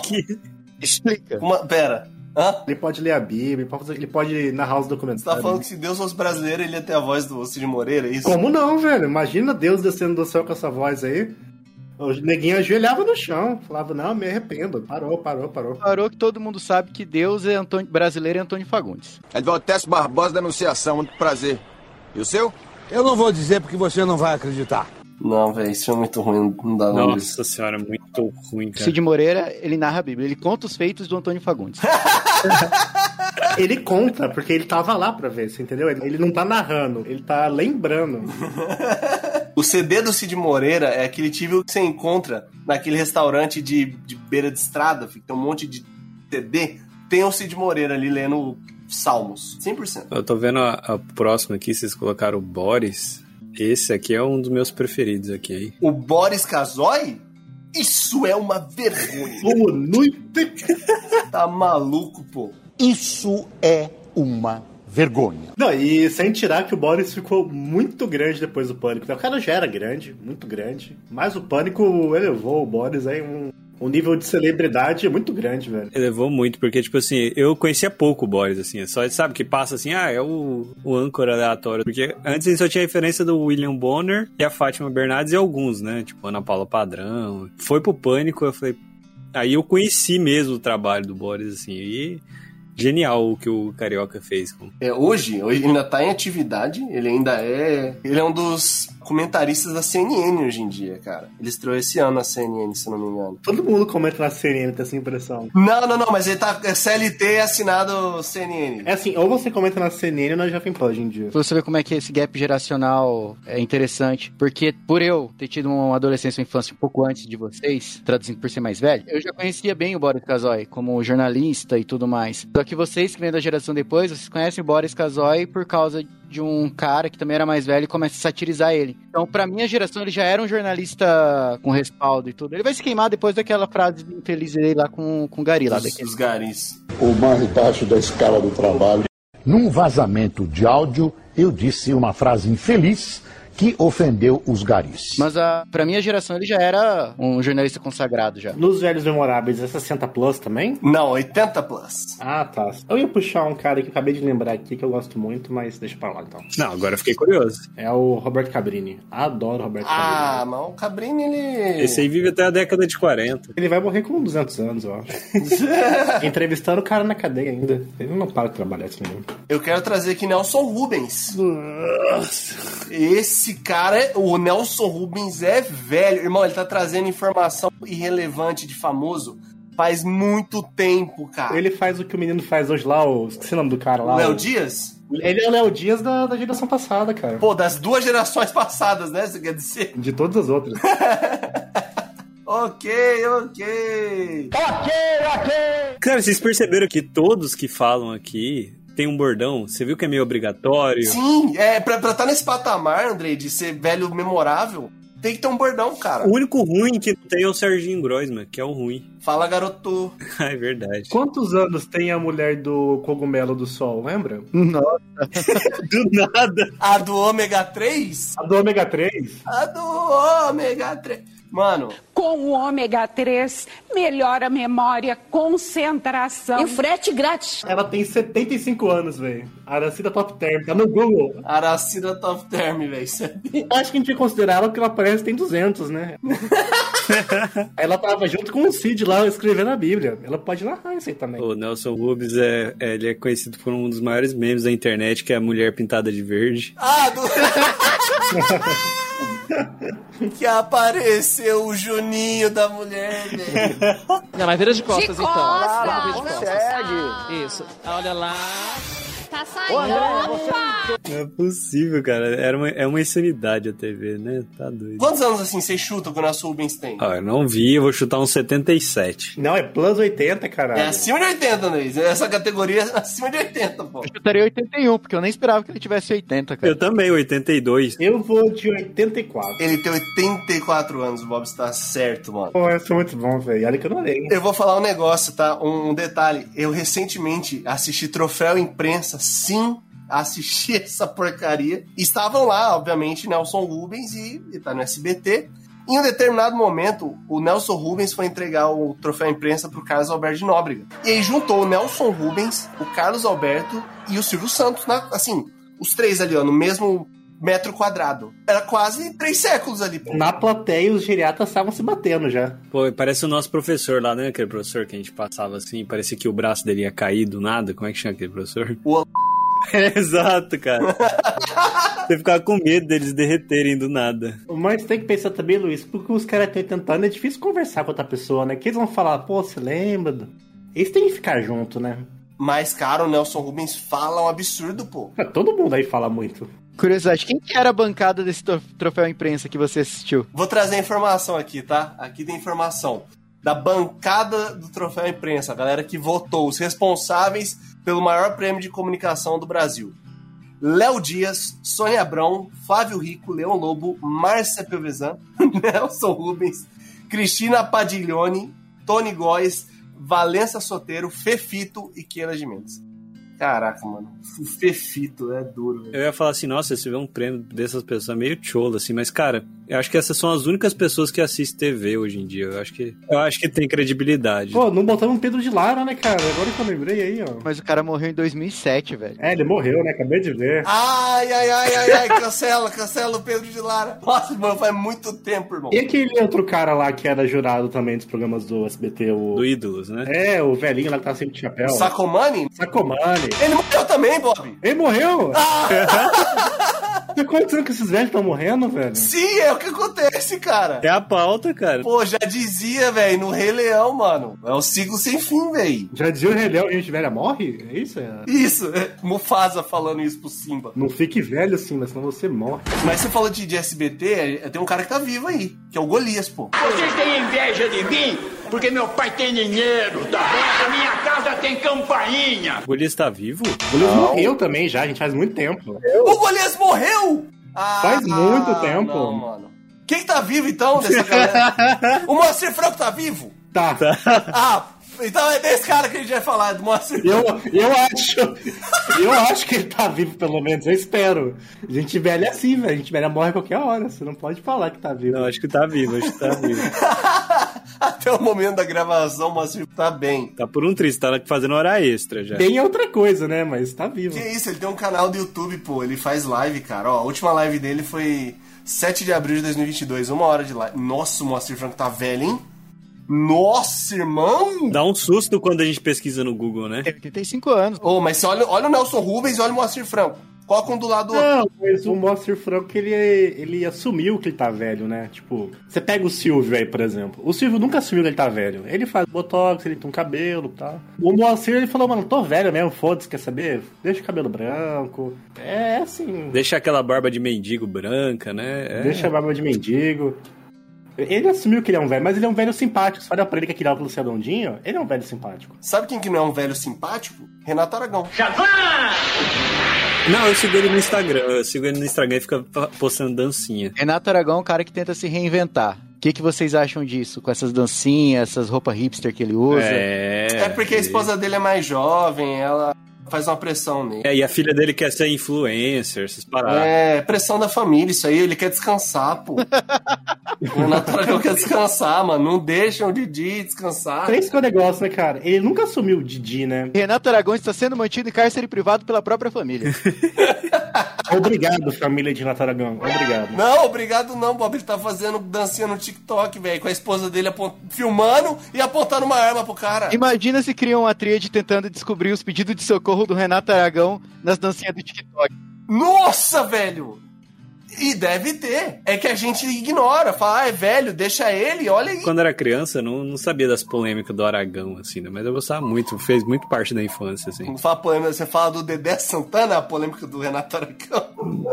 Speaker 4: Explica.
Speaker 1: uma, pera. Hã?
Speaker 2: Ele pode ler a Bíblia, ele pode, fazer- ele pode narrar os documentários.
Speaker 1: Você tá falando que se Deus fosse brasileiro, ele ia ter a voz do Cid Moreira, é isso?
Speaker 2: Como não, velho? Imagina Deus descendo do céu com essa voz aí. O neguinho ajoelhava no chão, falava, não, me arrependo. Parou, parou, parou.
Speaker 4: Parou que todo mundo sabe que Deus é Antônio, brasileiro é Antônio Fagundes.
Speaker 11: Advalteste Barbosa da Anunciação, muito prazer. E o seu? Eu não vou dizer porque você não vai acreditar.
Speaker 1: Não, velho, isso é muito ruim, não dá não. isso.
Speaker 3: Nossa senhora, muito ruim, cara.
Speaker 4: Cid Moreira, ele narra a Bíblia. Ele conta os feitos do Antônio Fagundes.
Speaker 2: Ele conta, porque ele tava lá pra ver, você entendeu? Ele, ele não tá narrando, ele tá lembrando.
Speaker 1: O CD do Cid Moreira é aquele tível que você encontra naquele restaurante de, de beira de estrada, que tem um monte de CD. Tem o Cid Moreira ali lendo Salmos, 100%.
Speaker 3: Eu tô vendo a, a próxima aqui, vocês colocaram o Boris. Esse aqui é um dos meus preferidos aqui, hein?
Speaker 1: O Boris Casoy? Isso é uma vergonha.
Speaker 2: Boa noite!
Speaker 1: tá maluco, pô.
Speaker 11: Isso é uma vergonha.
Speaker 2: Não, e sem tirar que o Boris ficou muito grande depois do Pânico. né? O cara já era grande, muito grande. Mas o Pânico elevou o Boris aí um, um nível de celebridade muito grande, velho.
Speaker 3: Elevou muito, porque, tipo assim, eu conhecia pouco o Boris, assim. é Só sabe que passa assim, ah, é o, o âncora aleatório. Porque antes a gente só tinha referência do William Bonner e a Fátima Bernardes e alguns, né? Tipo, Ana Paula Padrão. Foi pro Pânico, eu falei. Aí eu conheci mesmo o trabalho do Boris, assim. E genial o que o Carioca fez com
Speaker 1: É, hoje, hoje ainda tá em atividade, ele ainda é. Ele é um dos comentaristas da CNN hoje em dia, cara. Ele estreou esse ano na CNN, se eu não me engano.
Speaker 2: Todo mundo comenta na CNN, tem essa impressão.
Speaker 1: Não, não, não, mas ele tá é CLT assinado CNN.
Speaker 2: É assim, ou você comenta na CNN ou na Jovem Pan hoje em dia.
Speaker 4: Pra você ver como é que esse gap geracional é interessante. Porque por eu ter tido uma adolescência, uma infância um pouco antes de vocês, traduzindo por ser mais velho, eu já conhecia bem o Boris Casoy como jornalista e tudo mais. Só que vocês que vêm da geração depois, vocês conhecem o Boris Casoy por causa de um cara que também era mais velho e começa a satirizar ele. Então, pra minha geração, ele já era um jornalista com respaldo e tudo. Ele vai se queimar depois daquela frase do infeliz dele lá com, com o Gari, lá
Speaker 1: Os,
Speaker 4: daquele.
Speaker 1: os garis.
Speaker 12: O mais baixo da escala do trabalho. Num vazamento de áudio, eu disse uma frase infeliz que ofendeu os garis.
Speaker 4: Mas a, pra minha geração, ele já era um jornalista consagrado já.
Speaker 2: Nos velhos memoráveis, é 60 plus também?
Speaker 1: Não, 80 plus.
Speaker 2: Ah, tá. Eu ia puxar um cara que eu acabei de lembrar aqui que eu gosto muito, mas deixa pra lá então.
Speaker 3: Não, agora eu fiquei curioso.
Speaker 2: É o Roberto Cabrini. Adoro o Roberto
Speaker 1: Ah, mas o Cabrini, ele.
Speaker 3: Esse aí vive até a década de 40.
Speaker 2: Ele vai morrer com 200 anos, eu acho. Entrevistaram o cara na cadeia ainda. Ele não para de trabalhar esse menino.
Speaker 1: Eu quero trazer aqui Nelson Rubens. Esse cara, o Nelson Rubens é velho. Irmão, ele tá trazendo informação irrelevante de famoso faz muito tempo, cara.
Speaker 2: Ele faz o que o menino faz hoje lá, o... esqueci o nome do cara lá.
Speaker 1: Léo
Speaker 2: o-
Speaker 1: Dias?
Speaker 2: Ele é o Léo Dias da, da geração passada, cara.
Speaker 1: Pô, das duas gerações passadas, né? Você quer dizer?
Speaker 2: De todas as outras.
Speaker 1: Ok, ok.
Speaker 3: Cara, vocês perceberam que todos que falam aqui tem um bordão? Você viu que é meio obrigatório?
Speaker 1: Sim, é, pra estar nesse patamar, Andrei, de ser velho memorável, tem que ter um bordão, cara.
Speaker 3: O único ruim que tem é o Serginho Groisman, que é o ruim.
Speaker 1: Fala, garoto.
Speaker 3: é verdade.
Speaker 2: Quantos anos tem a mulher do cogumelo do sol, lembra?
Speaker 4: Nossa.
Speaker 3: Do nada.
Speaker 1: A do ômega 3?
Speaker 2: A do ômega 3?
Speaker 1: A do ômega 3. Mano,
Speaker 9: Com o ômega 3, melhora a memória, concentração. E frete grátis.
Speaker 2: Ela tem 75 anos, velho. Aracida Top Term, tá no Google.
Speaker 1: Aracida Top Term, velho. é
Speaker 2: Acho que a gente ia considerar ela porque ela parece que tem 200, né? ela tava junto com o Cid lá escrevendo a Bíblia. Ela pode narrar isso aí também.
Speaker 3: O Nelson Rubens é, é- ele é conhecido por um dos maiores memes da internet, que é a mulher pintada de verde.
Speaker 1: Ah, do... que apareceu o Juninho da mulher, velho.
Speaker 13: Não, mas vira de costas,
Speaker 14: De
Speaker 13: então.
Speaker 14: costas,
Speaker 13: Lá, vira de costas.
Speaker 14: consegue.
Speaker 13: Isso. Olha lá.
Speaker 14: Tá saindo.
Speaker 13: Ô, André,
Speaker 14: Opa!
Speaker 3: Não é possível, cara. Era uma, é uma insanidade a TV, né? Tá doido.
Speaker 1: Quantos anos assim vocês chutam que o Nelson Rubens tem?
Speaker 3: Ah, eu não vi, eu vou chutar um uns 77.
Speaker 2: Não, é plus 80, caralho.
Speaker 1: É acima de 80, Andrés. Essa categoria é acima de 80, pô.
Speaker 4: Eu chutaria 81, porque eu nem esperava que ele tivesse 80, cara.
Speaker 3: Eu também, 82.
Speaker 2: Eu vou de 84.
Speaker 1: Ele tem 84 anos, o Bob está certo, mano.
Speaker 2: Pô, essa é muito bom, velho. Olha que eu não leio.
Speaker 1: Eu vou falar um negócio, tá? Um, um detalhe. Eu recentemente assisti Troféu Imprensa, sim. Assisti essa porcaria. Estavam lá, obviamente, Nelson Rubens e, e tá no SBT. Em um determinado momento, o Nelson Rubens foi entregar o troféu imprensa pro Carlos Alberto de Nóbrega. E aí juntou o Nelson Rubens, o Carlos Alberto e o Silvio Santos, na, assim, os três ali, ó, no mesmo metro quadrado. Era quase três séculos ali, pô.
Speaker 2: Na plateia, os geriatas estavam se batendo já.
Speaker 3: Pô, parece o nosso professor lá, né? Aquele professor que a gente passava assim, parecia que o braço dele ia cair do nada. Como é que chama aquele professor?
Speaker 1: O-
Speaker 3: É, Exato, cara. Você ficava com medo deles derreterem do nada.
Speaker 2: Mas tem que pensar também, Luiz, porque os caras têm 80 anos, é difícil conversar com outra pessoa, né? Que eles vão falar, pô, você lembra? do- Eles têm que ficar junto, né?
Speaker 1: Mas, cara, o Nelson Rubens fala um absurdo, pô.
Speaker 2: Ah, Todo mundo aí fala muito.
Speaker 4: Curiosidade, quem que era a bancada desse tro- troféu imprensa que você assistiu?
Speaker 1: Vou trazer a informação aqui, tá? Aqui tem informação da bancada do Troféu Imprensa, a galera que votou, os responsáveis pelo maior prêmio de comunicação do Brasil. Léo Dias, Sônia Abrão, Flávio Rico, Leão Lobo, Márcia Pelvezan, Nelson Rubens, Cristina Padiglione, Tony Góes, Valença Soteiro, Fefito e Keila de Mendes. Caraca, mano. O Fefito é duro, velho.
Speaker 3: Eu ia falar assim, nossa, se vê um prêmio dessas pessoas é meio tcholo, assim, mas, cara, eu acho que essas são as únicas pessoas que assistem TV hoje em dia. Eu acho que, eu acho que tem credibilidade.
Speaker 2: Pô, não botamos o Pedro de Lara, né, cara? Agora que eu lembrei aí, ó.
Speaker 4: Mas o cara morreu em 2007, velho.
Speaker 2: É, ele morreu, né? Acabei de ver.
Speaker 1: Ai, ai, ai, ai, ai, cancela, cancela o Pedro de Lara. Nossa, mano, faz muito tempo, irmão.
Speaker 2: E é aquele outro cara lá que era jurado também dos programas do SBT, o.
Speaker 3: Do Ídolos, né?
Speaker 2: É, o velhinho lá que tá sempre de chapéu.
Speaker 1: Sacomani?
Speaker 2: Sacomani.
Speaker 1: Ele morreu também, Bob.
Speaker 2: Ele morreu? Tá acontecendo que esses velhos estão morrendo, velho?
Speaker 1: Sim, é o que acontece, cara.
Speaker 3: É a pauta, cara.
Speaker 1: Pô, já dizia, velho, no Rei Leão, mano. É um ciclo sem fim, velho.
Speaker 2: Já dizia o Rei Leão, gente velha morre? É isso? É.
Speaker 1: Isso, é Mufasa falando isso pro Simba.
Speaker 2: Não fique velho assim, mas senão você morre.
Speaker 1: Mas você falou de, de SBT, é- tem um cara que tá vivo aí, que é o é Golias, pô.
Speaker 6: Vocês têm inveja de mim?
Speaker 15: Porque meu pai tem dinheiro, tá bom? A minha casa tem campainha.
Speaker 3: O Golias tá vivo?
Speaker 2: O Golias morreu também já, a gente faz muito tempo.
Speaker 1: O Golias morreu! Ah,
Speaker 2: Faz muito tempo.
Speaker 1: Não, mano. Quem tá vivo então dessa galera? o Moacir Franco tá vivo?
Speaker 2: Tá.
Speaker 1: Ah, então é desse cara que a gente vai falar, do Moacir
Speaker 2: Eu,
Speaker 1: Franco.
Speaker 2: eu acho. Eu acho que ele tá vivo, pelo menos, eu espero. A gente velha é assim, velho. A gente velha morre a qualquer hora. Você não pode falar que tá vivo. Não,
Speaker 3: acho que tá vivo, acho que tá vivo.
Speaker 1: Até o momento da gravação, o Moacir tá bem.
Speaker 3: Tá por um triste, tá fazendo hora extra já.
Speaker 2: Tem outra coisa, né? Mas tá vivo.
Speaker 1: Que isso, ele tem um canal do YouTube, pô. Ele faz live, cara. Ó, a última live dele foi 7 de abril de 2022, uma hora de live. Nossa, o Moacir Franco tá velho, hein? Nossa, irmão!
Speaker 3: Dá um susto quando a gente pesquisa no Google, né?
Speaker 4: 85 anos.
Speaker 1: Ô, mas você olha, olha o Nelson Rubens e olha o Moacir Franco. Coloca um do lado do
Speaker 2: Não,
Speaker 1: outro.
Speaker 2: mas o Monster Franco, ele, ele assumiu que ele tá velho, né? Tipo, você pega o Silvio aí, por exemplo. O Silvio nunca assumiu que ele tá velho. Ele faz botox, ele tem um cabelo e tal. O Monster, ele falou, mano, tô velho mesmo, foda-se, quer saber? Deixa o cabelo branco. É assim,
Speaker 3: Deixa aquela barba de mendigo branca, né? É.
Speaker 2: deixa a barba de mendigo. Ele assumiu que ele é um velho, mas ele é um velho simpático. Você olha pra ele que é aquele óculos redondinho, ele é um velho simpático.
Speaker 1: Sabe quem que não é um velho simpático? Renato Aragão.
Speaker 3: Não, eu sigo ele no Instagram. Eu sigo ele no Instagram e fica pa- postando dancinha.
Speaker 4: Renato Aragão é um cara que tenta se reinventar. O que, que vocês acham disso? Com essas dancinhas, essas roupas hipster que ele usa?
Speaker 1: É, porque a esposa dele é mais jovem, ela faz uma pressão nele.
Speaker 3: É, e a filha dele quer ser influencer, essas paradas.
Speaker 1: É, pressão da família, isso aí, ele quer descansar, pô. o Natal não quer descansar, mano. Não deixa o Didi descansar.
Speaker 2: Três que é o negócio, né, cara? Ele nunca assumiu o Didi, né?
Speaker 4: Renato Aragão está sendo mantido em cárcere privado pela própria família.
Speaker 2: Obrigado, família de Renato Aragão. Obrigado.
Speaker 1: Não, obrigado não, Bob. Ele tá fazendo dancinha no TikTok, velho, com a esposa dele apont- filmando e apontando uma arma pro cara.
Speaker 4: Imagina se criam uma tríade tentando descobrir os pedidos de socorro do Renato Aragão nas dancinhas do TikTok.
Speaker 1: Nossa, velho! E deve ter. É que a gente ignora, fala, ah, é velho, deixa ele, olha aí.
Speaker 3: Quando era criança, não, não sabia das polêmicas do Aragão, assim, né? Mas eu gostava muito, fez muito parte da infância, assim.
Speaker 1: Não fala polêmica, você fala do Dedé Santana, a polêmica do Renato Aragão.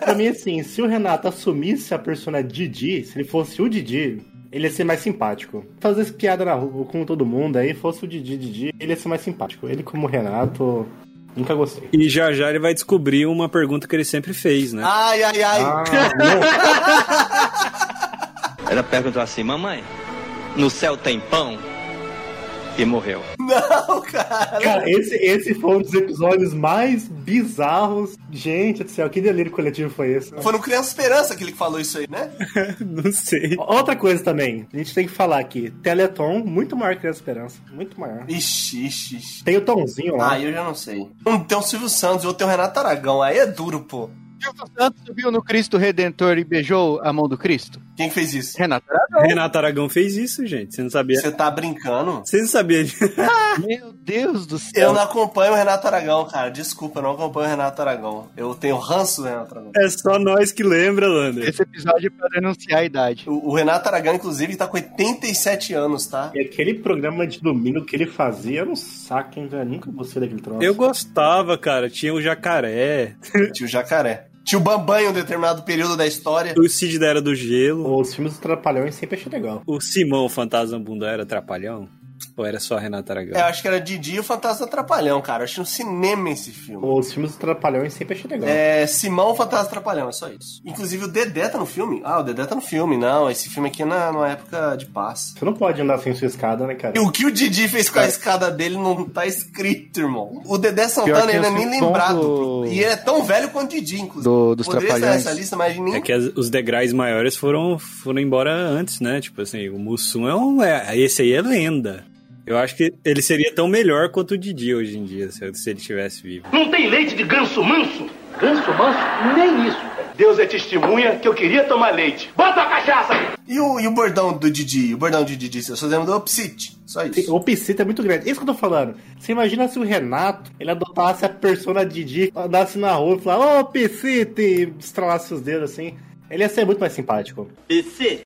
Speaker 2: Pra mim, assim, se o Renato assumisse a persona Didi, se ele fosse o Didi, ele ia ser mais simpático. Fazer essa piada na rua com todo mundo aí, fosse o Didi Didi, ele ia ser mais simpático. Ele, como Renato, nunca gostei.
Speaker 3: E já já ele vai descobrir uma pergunta que ele sempre fez, né?
Speaker 1: Ai, ai, ai.
Speaker 16: Ah, Ela perguntou assim, mamãe, no céu tem pão? E morreu.
Speaker 1: Não, cara.
Speaker 2: Cara, esse, esse foi um dos episódios mais bizarros. Gente do céu, que delírio coletivo foi esse?
Speaker 1: Foi no Criança Esperança aquele que falou isso aí, né?
Speaker 3: Não sei.
Speaker 2: Outra coisa também, a gente tem que falar aqui: Teleton, muito maior que a Esperança. Muito maior.
Speaker 1: Ixi, ixi, ixi.
Speaker 2: Tem o Tomzinho lá.
Speaker 1: Ah, eu já não sei. Um tem o Silvio Santos, outro tem o Renato Aragão. Aí é duro, pô.
Speaker 4: Silvio Santos subiu no Cristo Redentor e beijou a mão do Cristo?
Speaker 1: Quem fez isso?
Speaker 4: Renato
Speaker 1: Ah,
Speaker 4: Aragão.
Speaker 1: é?
Speaker 3: Renato Aragão fez isso, gente. Você não sabia.
Speaker 1: Você tá brincando?
Speaker 3: Você não sabia.
Speaker 4: Meu Deus do céu.
Speaker 1: Eu não acompanho o Renato Aragão, cara. Desculpa, eu não acompanho o Renato Aragão. Eu tenho ranço do Renato Aragão.
Speaker 3: É só nós que lembra, Lander.
Speaker 4: Esse episódio é pra denunciar a idade.
Speaker 1: O, o Renato Aragão, inclusive, tá com 87 anos, tá?
Speaker 2: E aquele programa de domingo que ele fazia era um saco, hein, velho? Nunca gostei daquele troço.
Speaker 3: Eu gostava, cara. Tinha o jacaré,
Speaker 1: Tio Jacaré. Tio Bambam em um determinado período da história.
Speaker 3: o Cid da Era do Gelo,
Speaker 2: Os filmes do Trapalhões sempre achei legal.
Speaker 3: o Simão o Fantasma Bunda era Trapalhão? Ou era só Renato Aragão?
Speaker 1: É, eu acho que era Didi e o Fantasma Trapalhão, cara. Eu achei um cinema esse filme.
Speaker 2: Os filmes do Trapalhões sempre achei legal.
Speaker 1: É, Simão o Fantasma Trapalhão, é só isso. Inclusive o Dedé tá no filme. Ah, o Dedé tá no filme, não. Esse filme aqui é na, numa época de paz.
Speaker 2: Você não pode andar sem sua escada, né, cara?
Speaker 1: E o que o Didi fez com a escada dele não tá escrito, irmão. O Dedé
Speaker 4: É. Pior
Speaker 1: Santana
Speaker 4: que
Speaker 1: ainda é
Speaker 4: esse
Speaker 1: nem
Speaker 4: som
Speaker 1: lembrado.
Speaker 4: do-
Speaker 1: E ele é tão velho quanto o Didi, inclusive.
Speaker 4: Do- dos
Speaker 1: Poderia estar
Speaker 4: Trapalhões.
Speaker 1: nessa lista, mas nem...
Speaker 3: É que as- os degraus maiores foram, foram embora antes, né? Tipo assim, o Mussum é um. É, esse aí é lenda. Eu acho que ele seria tão melhor quanto o Didi hoje em dia, se, se ele tivesse vivo.
Speaker 15: Não tem leite de ganso manso? Ganso manso? Nem isso. Deus é testemunha que eu queria tomar leite. Bota a cachaça!
Speaker 1: E, o, e o bordão do Didi? O bordão de Didi, eu só lembro do Opsit. Só isso.
Speaker 2: O piscita é muito grande. Isso que eu tô falando. Você imagina se o Renato, ele adotasse a persona Didi, andasse na rua e falasse, ô, Piscita, e estralasse os dedos assim. Ele ia ser muito mais simpático.
Speaker 15: PC?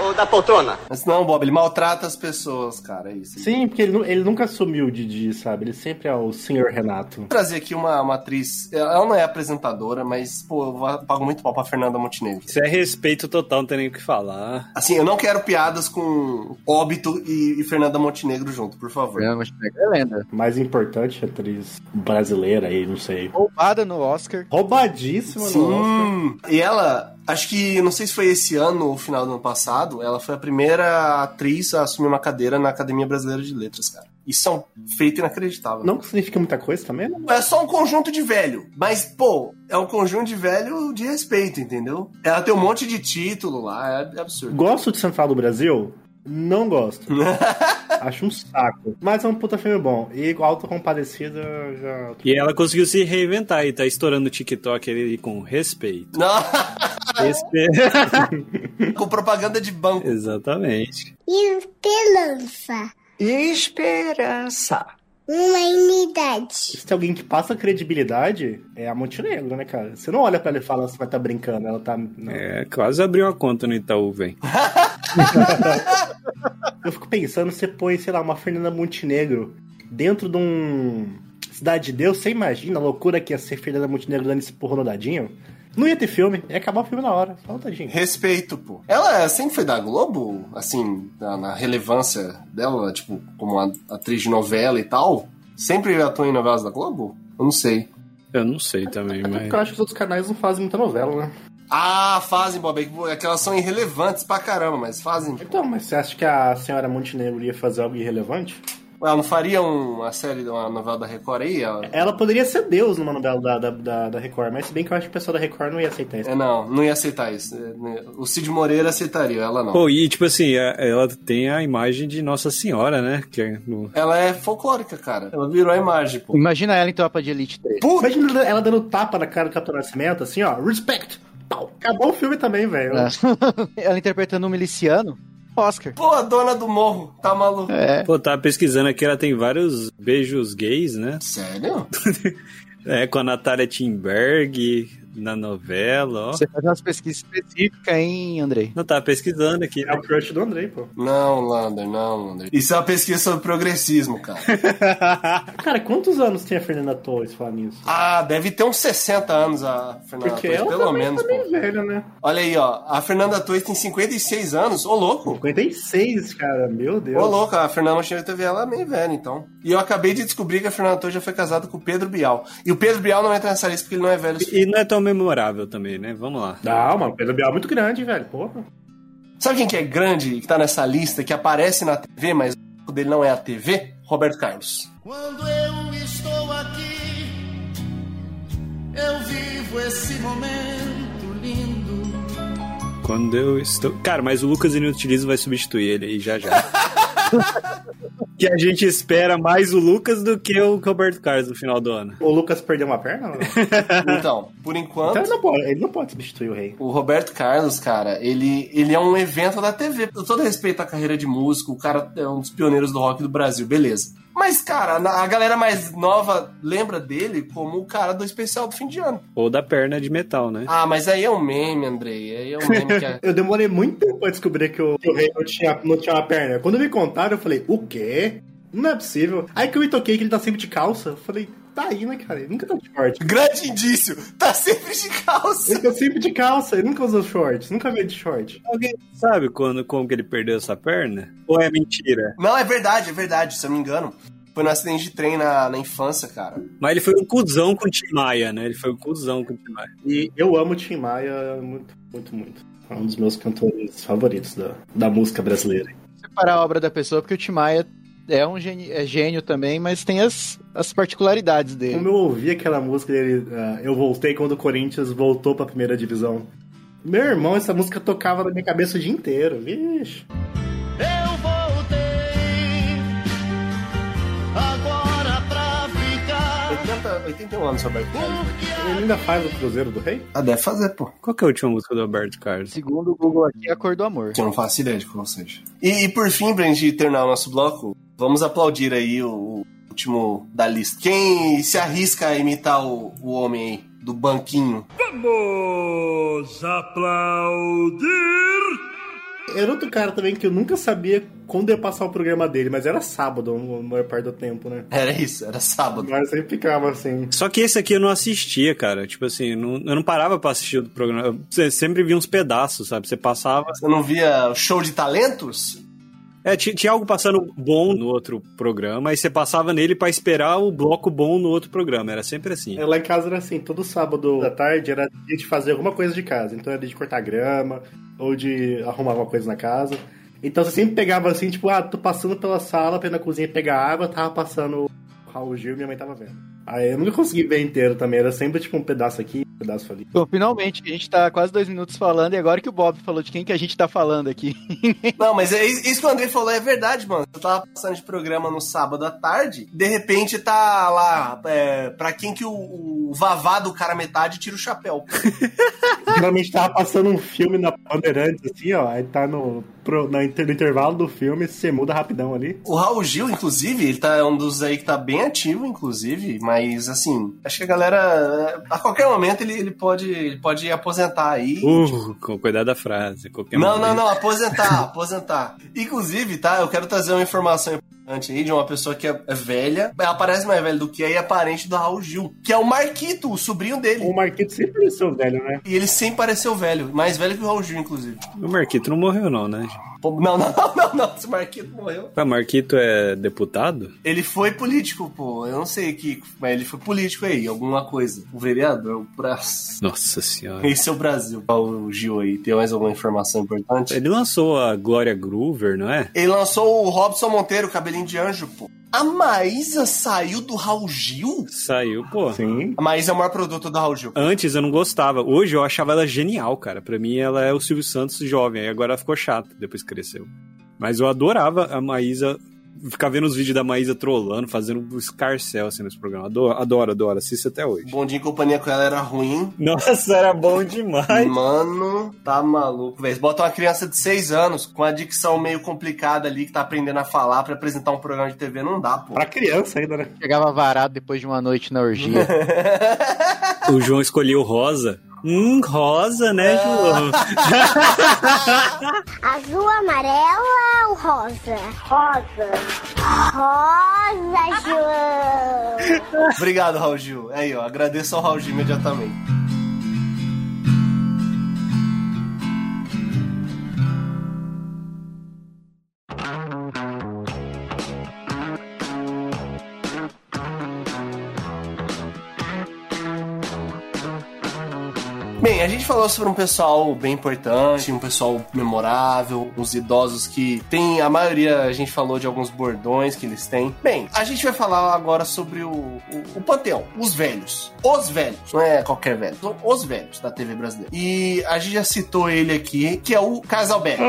Speaker 1: Ou da poltrona. Mas não, Bob, ele maltrata as pessoas, cara, é isso.
Speaker 2: Sim, porque ele, nu- ele nunca assumiu o Didi, sabe? Ele sempre é o senhor Renato.
Speaker 1: Vou trazer aqui uma, uma atriz, ela não é apresentadora, mas, pô, eu vou- pago muito pau pra Fernanda Montenegro.
Speaker 3: Isso é respeito total, não tem nem o que falar.
Speaker 1: Assim, eu não quero piadas com Óbito e, e Fernanda Montenegro junto, por favor.
Speaker 2: é lenda. Mais importante atriz brasileira aí, não sei.
Speaker 17: Roubada no Oscar.
Speaker 2: Roubadíssima no Oscar.
Speaker 1: Sim. E ela, acho que, não sei se foi esse ano ou final do ano passado, ela foi a primeira atriz a assumir uma cadeira na Academia Brasileira de Letras, cara. Isso é um feito inacreditável.
Speaker 2: Não que significa muita coisa também, né?
Speaker 1: É só um conjunto de velho. Mas, pô, é um conjunto de velho de respeito, entendeu? Ela tem um monte de título lá, é absurdo.
Speaker 2: Gosto de Central do Brasil? Não gosto. Acho um saco. Mas é um puta filme bom. E Alto Compadecida já.
Speaker 3: E ela conseguiu se reinventar e tá estourando o TikTok ali com respeito. é, Respeito.
Speaker 1: com propaganda de banco.
Speaker 3: Exatamente.
Speaker 18: Esperança.
Speaker 2: Esperança.
Speaker 18: Uma unidade.
Speaker 2: Se tem alguém que passa credibilidade, é a Montenegro, né, cara? Você não olha pra ela e fala, você vai tá brincando, ela tá. Não.
Speaker 3: É, quase abriu uma conta no Itaú, velho.
Speaker 2: Eu fico pensando, você põe, sei lá, uma Fernanda Montenegro dentro de um Cidade de Deus, você imagina a loucura que ia ser Fernanda Montenegro dando esse porro no dadinho? Não ia ter filme, ia acabar o filme na hora, só um dadinho.
Speaker 3: É,
Speaker 1: Respeito, pô. Ela é, sempre foi da Globo, assim, na, na relevância dela, tipo, como a- atriz de novela e tal. Sempre atuou em novelas da Globo? Eu não sei.
Speaker 3: Eu não sei também, mas.
Speaker 2: É, Porque eu acho que os outros canais não fazem muita novela, né?
Speaker 1: Ah, fazem, Bob. é que- É que elas são irrelevantes pra caramba, mas fazem.
Speaker 2: Então, mas você acha que a senhora Montenegro ia fazer algo irrelevante?
Speaker 1: Ela não faria um, uma série, uma novela da Record aí? Ela...
Speaker 2: Ela poderia ser Deus numa novela da, da, da, da Record, mas se bem que eu acho que o pessoal da Record não ia aceitar isso.
Speaker 1: É, não, não ia aceitar isso. É, né, O Cid Moreira aceitaria, ela não.
Speaker 3: Pô, e tipo assim, a- ela tem a imagem de Nossa Senhora, né? Que é no-
Speaker 1: Ela é folclórica, cara. Ela virou a imagem, pô.
Speaker 4: Imagina ela em Tropa de Elite tá 3.
Speaker 2: Imagina ela dando tapa na cara do Capitão Nascimento, assim, ó, respect! Pau! Acabou o filme também, velho.
Speaker 4: É. ela interpretando um miliciano. Oscar.
Speaker 1: Pô, a dona do morro, tá maluco.
Speaker 4: É.
Speaker 3: Pô, tava pesquisando aqui, ela tem vários beijos gays, né?
Speaker 1: Sério?
Speaker 3: é, com a Natália Timberg na novela, ó.
Speaker 4: Você faz umas pesquisas específicas, hein, Andrei?
Speaker 3: Não, tava pesquisando aqui.
Speaker 2: É o crush do Andrei, pô.
Speaker 1: Não, Lander, não, Lander. Isso é uma pesquisa sobre progressismo, cara.
Speaker 2: Cara, quantos anos tem a Fernanda Torres falar nisso?
Speaker 1: Ah, deve ter uns 60 anos a Fernanda
Speaker 2: Porque
Speaker 1: Torres,
Speaker 2: ela
Speaker 1: pelo
Speaker 2: também
Speaker 1: menos,
Speaker 2: tá
Speaker 1: pô.
Speaker 2: meio velha, né?
Speaker 1: Olha aí, ó. A Fernanda Torres tem 56 anos. Ô, louco.
Speaker 2: 56, cara. Meu Deus.
Speaker 1: Ô, louco. A Fernanda Montenegro teve ela meio velha, então. E eu acabei de descobrir que a Fernanda Torres já foi casada com o Pedro Bial. E o Pedro Bial não entra nessa lista porque ele não é velho.
Speaker 3: E não é tão memorável também, né? Vamos lá.
Speaker 2: Não, mano, Pedro Bial é muito grande, velho. Porra.
Speaker 1: Sabe quem que é grande, que tá nessa lista, que aparece na TV, mas o dele não é a TV? Roberto Carlos.
Speaker 19: Quando eu estou aqui, eu vivo esse momento lindo.
Speaker 3: Quando eu estou. Cara, mas o Lucas Inutilismo vai substituir ele aí já já. que a gente espera mais o Lucas do que o Roberto Carlos no final do ano.
Speaker 2: O Lucas perdeu uma perna? mano?
Speaker 1: Então, por enquanto.
Speaker 2: Então ele não pode, ele não pode substituir o rei.
Speaker 1: O Roberto Carlos, cara, ele, ele é um evento da TV. Com todo respeito à carreira de músico, o cara é um dos pioneiros do rock do Brasil, beleza. Mas, cara, na- a galera mais nova lembra dele como o cara do especial do fim de ano.
Speaker 3: Ou da perna de metal, né?
Speaker 1: Ah, mas aí é um meme, Andrei. Aí é um meme que é...
Speaker 2: Eu demorei muito tempo pra descobrir que o, que o rei não tinha, não tinha uma perna. Quando me contaram, eu falei, o quê? Não é possível. Aí que eu me toquei que ele tá sempre de calça, eu falei, tá aí, né, cara? Ele nunca tá de short.
Speaker 1: Grande indício! Tá sempre de calça!
Speaker 2: Ele tá sempre de calça, ele nunca usou shorts, nunca veio de short.
Speaker 3: Alguém sabe quando, como que ele perdeu essa perna? Ou é mentira?
Speaker 1: Não, é verdade, é verdade, se eu não me engano. Foi num acidente de trem na, na infância, cara.
Speaker 3: Mas ele foi um cuzão com o Tim Maia, né? Ele foi um cuzão com o Tim Maia.
Speaker 2: E eu amo o Tim Maia muito, muito, muito. É um dos meus cantores favoritos da, da música brasileira.
Speaker 4: Separar a obra da pessoa, porque o Tim Maia é um gênio, é gênio também, mas tem as, as particularidades dele.
Speaker 2: Como eu ouvi aquela música dele, ah, eu voltei quando o Corinthians voltou pra primeira divisão. Meu irmão, essa música tocava na minha cabeça o dia inteiro, vixe.
Speaker 19: Eu voltei agora pra ficar.
Speaker 1: 80, 81 anos, Roberto Carlos.
Speaker 2: Ele ainda faz o Cruzeiro do Rei?
Speaker 1: Ah, deve fazer, pô.
Speaker 3: Qual que é a última música do Roberto Carlos?
Speaker 4: Segundo o Google aqui, é a cor do amor.
Speaker 1: Que eu não faço ideia de qual seja. E, e por fim, pra gente terminar o nosso bloco, vamos aplaudir aí o, o último da lista. Quem se arrisca a imitar o, o homem aí, do banquinho?
Speaker 19: Vamos aplaudir!
Speaker 2: Era outro cara também que eu nunca sabia quando ia passar o programa dele, mas era sábado, a maior parte do tempo, né?
Speaker 1: Era isso, era sábado.
Speaker 2: Mas sempre ficava assim.
Speaker 3: Só que esse aqui eu não assistia, cara. Tipo assim, não- eu não parava pra assistir o programa. Eu se- sempre via uns pedaços, sabe? Você passava.
Speaker 1: Você não via o show de talentos?
Speaker 3: É, ti- tinha algo passando bom no outro programa, aí você passava nele pra esperar o bloco bom no outro programa. Era sempre assim.
Speaker 2: É, Lá em casa era assim, todo sábado da tarde era dia de fazer alguma coisa de casa. Então era de cortar grama, ou de arrumar alguma coisa na casa. Então você sempre pegava assim, tipo, ah, tô passando pela sala pra ir na cozinha pegar água, tava passando o Raul Gil e minha mãe tava vendo. Aí eu nunca consegui ver inteiro também, era sempre tipo um pedaço aqui, um pedaço ali.
Speaker 4: Bom, finalmente, a gente tá quase dois minutos falando e agora que o Bob falou de quem que a gente tá falando aqui.
Speaker 1: Não, mas é isso isso que o André falou é verdade, mano. Eu tava passando de programa no sábado à tarde, de repente tá lá, é, pra quem que o, o vavá do cara metade tira o chapéu.
Speaker 2: Geralmente tava passando um filme na Bandeirantes, assim, ó, aí tá no, pro- na inter- no intervalo do filme, você muda rapidão ali.
Speaker 1: O Raul Gil, inclusive, ele tá é um dos aí que tá bem ativo, inclusive, mas assim, acho que a galera. é, A qualquer momento ele, ele pode, ele pode aposentar aí.
Speaker 3: Uh, com cuidado da frase. qualquer
Speaker 1: Não,
Speaker 3: momento.
Speaker 1: não, não, aposentar, aposentar. Inclusive, tá, eu quero trazer uma informação importante aí de uma pessoa que é é velha, ela parece mais velha do que é e é parente do Raul Gil, que é o Marquito, o sobrinho dele.
Speaker 2: O Marquito sempre pareceu velho, né?
Speaker 1: E ele sempre pareceu velho, mais velho que o Raul Gil, inclusive.
Speaker 3: O Marquito não morreu, não, né?
Speaker 1: Pô, Não, não, não, não, não, esse Marquito morreu.
Speaker 3: Ah, Marquito é deputado?
Speaker 1: Ele foi político, pô. Eu não sei que, mas ele foi político aí, alguma coisa. O vereador, o pra...
Speaker 3: Nossa senhora.
Speaker 1: Esse é o Brasil. Ó, O Gil aí, tem mais alguma informação importante?
Speaker 3: Ele lançou a Glória Groover, não é?
Speaker 1: Ele lançou o Robson Monteiro, cabelinho de anjo, pô. A Maísa saiu do Raul Gil?
Speaker 3: Saiu, pô.
Speaker 2: Sim.
Speaker 1: A Maísa é o maior produto do Raul Gil.
Speaker 3: Antes eu não gostava. Hoje eu achava ela genial, cara. Pra mim ela é o Silvio Santos jovem. Aí agora ela ficou chata, depois que cresceu. Mas eu adorava a Maísa. Ficar vendo os vídeos da Maísa trolando, fazendo um escarcel assim nesse programa. Adoro, adoro, adoro. Assisto até hoje.
Speaker 1: Bom dia em companhia com ela era ruim.
Speaker 3: Nossa, era bom demais.
Speaker 1: Mano, tá maluco, velho. Bota uma criança de 6 anos com a dicção meio complicada ali, que tá aprendendo a falar pra apresentar um programa de TV, não dá, pô.
Speaker 2: Pra criança ainda, né?
Speaker 4: Chegava varado depois de uma noite na orgia.
Speaker 3: O João escolheu rosa. Hum, rosa, né, João?
Speaker 18: Azul, amarela ou rosa? Rosa. Rosa, João.
Speaker 1: Obrigado, Raul Gil. Aí, ó, agradeço ao Raul Gil imediatamente. Bem, a gente falou sobre um pessoal bem importante, um pessoal memorável, uns idosos que tem, a maioria, a gente falou de alguns bordões que eles têm. Bem, a gente vai falar agora sobre o, o, o panteão, os velhos. Os velhos, não é qualquer velho, são os velhos da TV brasileira. E a gente já citou ele aqui, que é o Casalberto.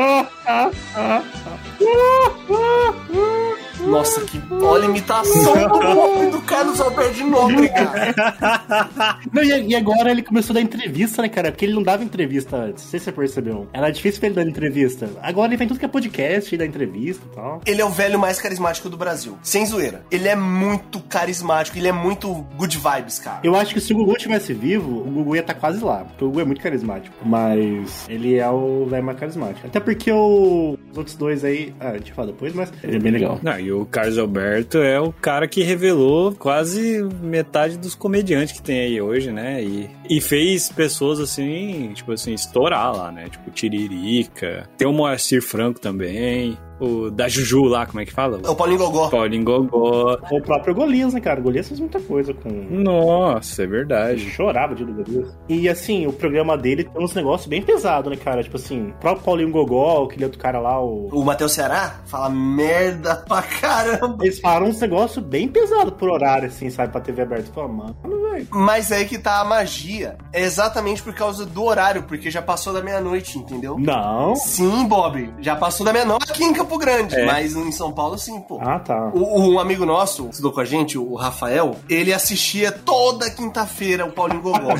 Speaker 1: Nossa, que olha a imitação do nome do Carlos Alberto de Nobre, cara.
Speaker 2: Não, e, e agora ele começou a dar entrevista, né, cara? Porque ele não dava entrevista antes, não sei se você percebeu. Era difícil pra ele dar entrevista. Agora ele vem tudo que é podcast, dá entrevista e tal.
Speaker 1: Ele é o velho mais carismático do Brasil. Sem zoeira. Ele é muito carismático, ele é muito good vibes, cara.
Speaker 2: Eu acho que se o Gugu tivesse vivo, o Gugu ia estar quase lá. Porque o Gugu é muito carismático. Mas ele é o velho mais carismático. Até porque o- os outros dois aí. Ah, a gente fala depois, mas. Ele é bem legal.
Speaker 3: Não, e o Carlos Alberto é o cara que revelou quase metade dos comediantes que tem aí hoje, né? E, e fez pessoas assim, tipo assim, estourar lá, né? Tipo Tiririca, tem o Moacir Franco também, o da Juju lá, como é que fala?
Speaker 1: O Paulinho Gogó.
Speaker 3: Paulinho Gogó.
Speaker 2: O próprio Golias, né, cara? O Golias fez muita coisa
Speaker 3: Hum.
Speaker 2: com.
Speaker 3: Nossa, é verdade.
Speaker 2: Chorava de Golias. E assim, o programa dele tem uns negócios bem pesados, né, cara? Tipo assim, o próprio Paulinho Gogol, aquele outro cara lá, o.
Speaker 1: O Matheus Ceará fala merda pra caramba.
Speaker 2: Eles falaram uns negócios bem pesados por horário, assim, sabe? Pra TV aberta. Pô, mano, velho.
Speaker 1: Mas aí que tá a magia. É exatamente por causa do horário, porque já passou da meia-noite, entendeu?
Speaker 2: Não.
Speaker 1: Sim, Bob. Já passou da meia-noite aqui em Campo Grande,
Speaker 2: É.
Speaker 1: mas em São Paulo sim, pô.
Speaker 2: Ah, tá.
Speaker 1: O- o- um amigo nosso, que estudou com a gente, o Rafael, ele assistia toda quinta-feira o Paulinho Gogó.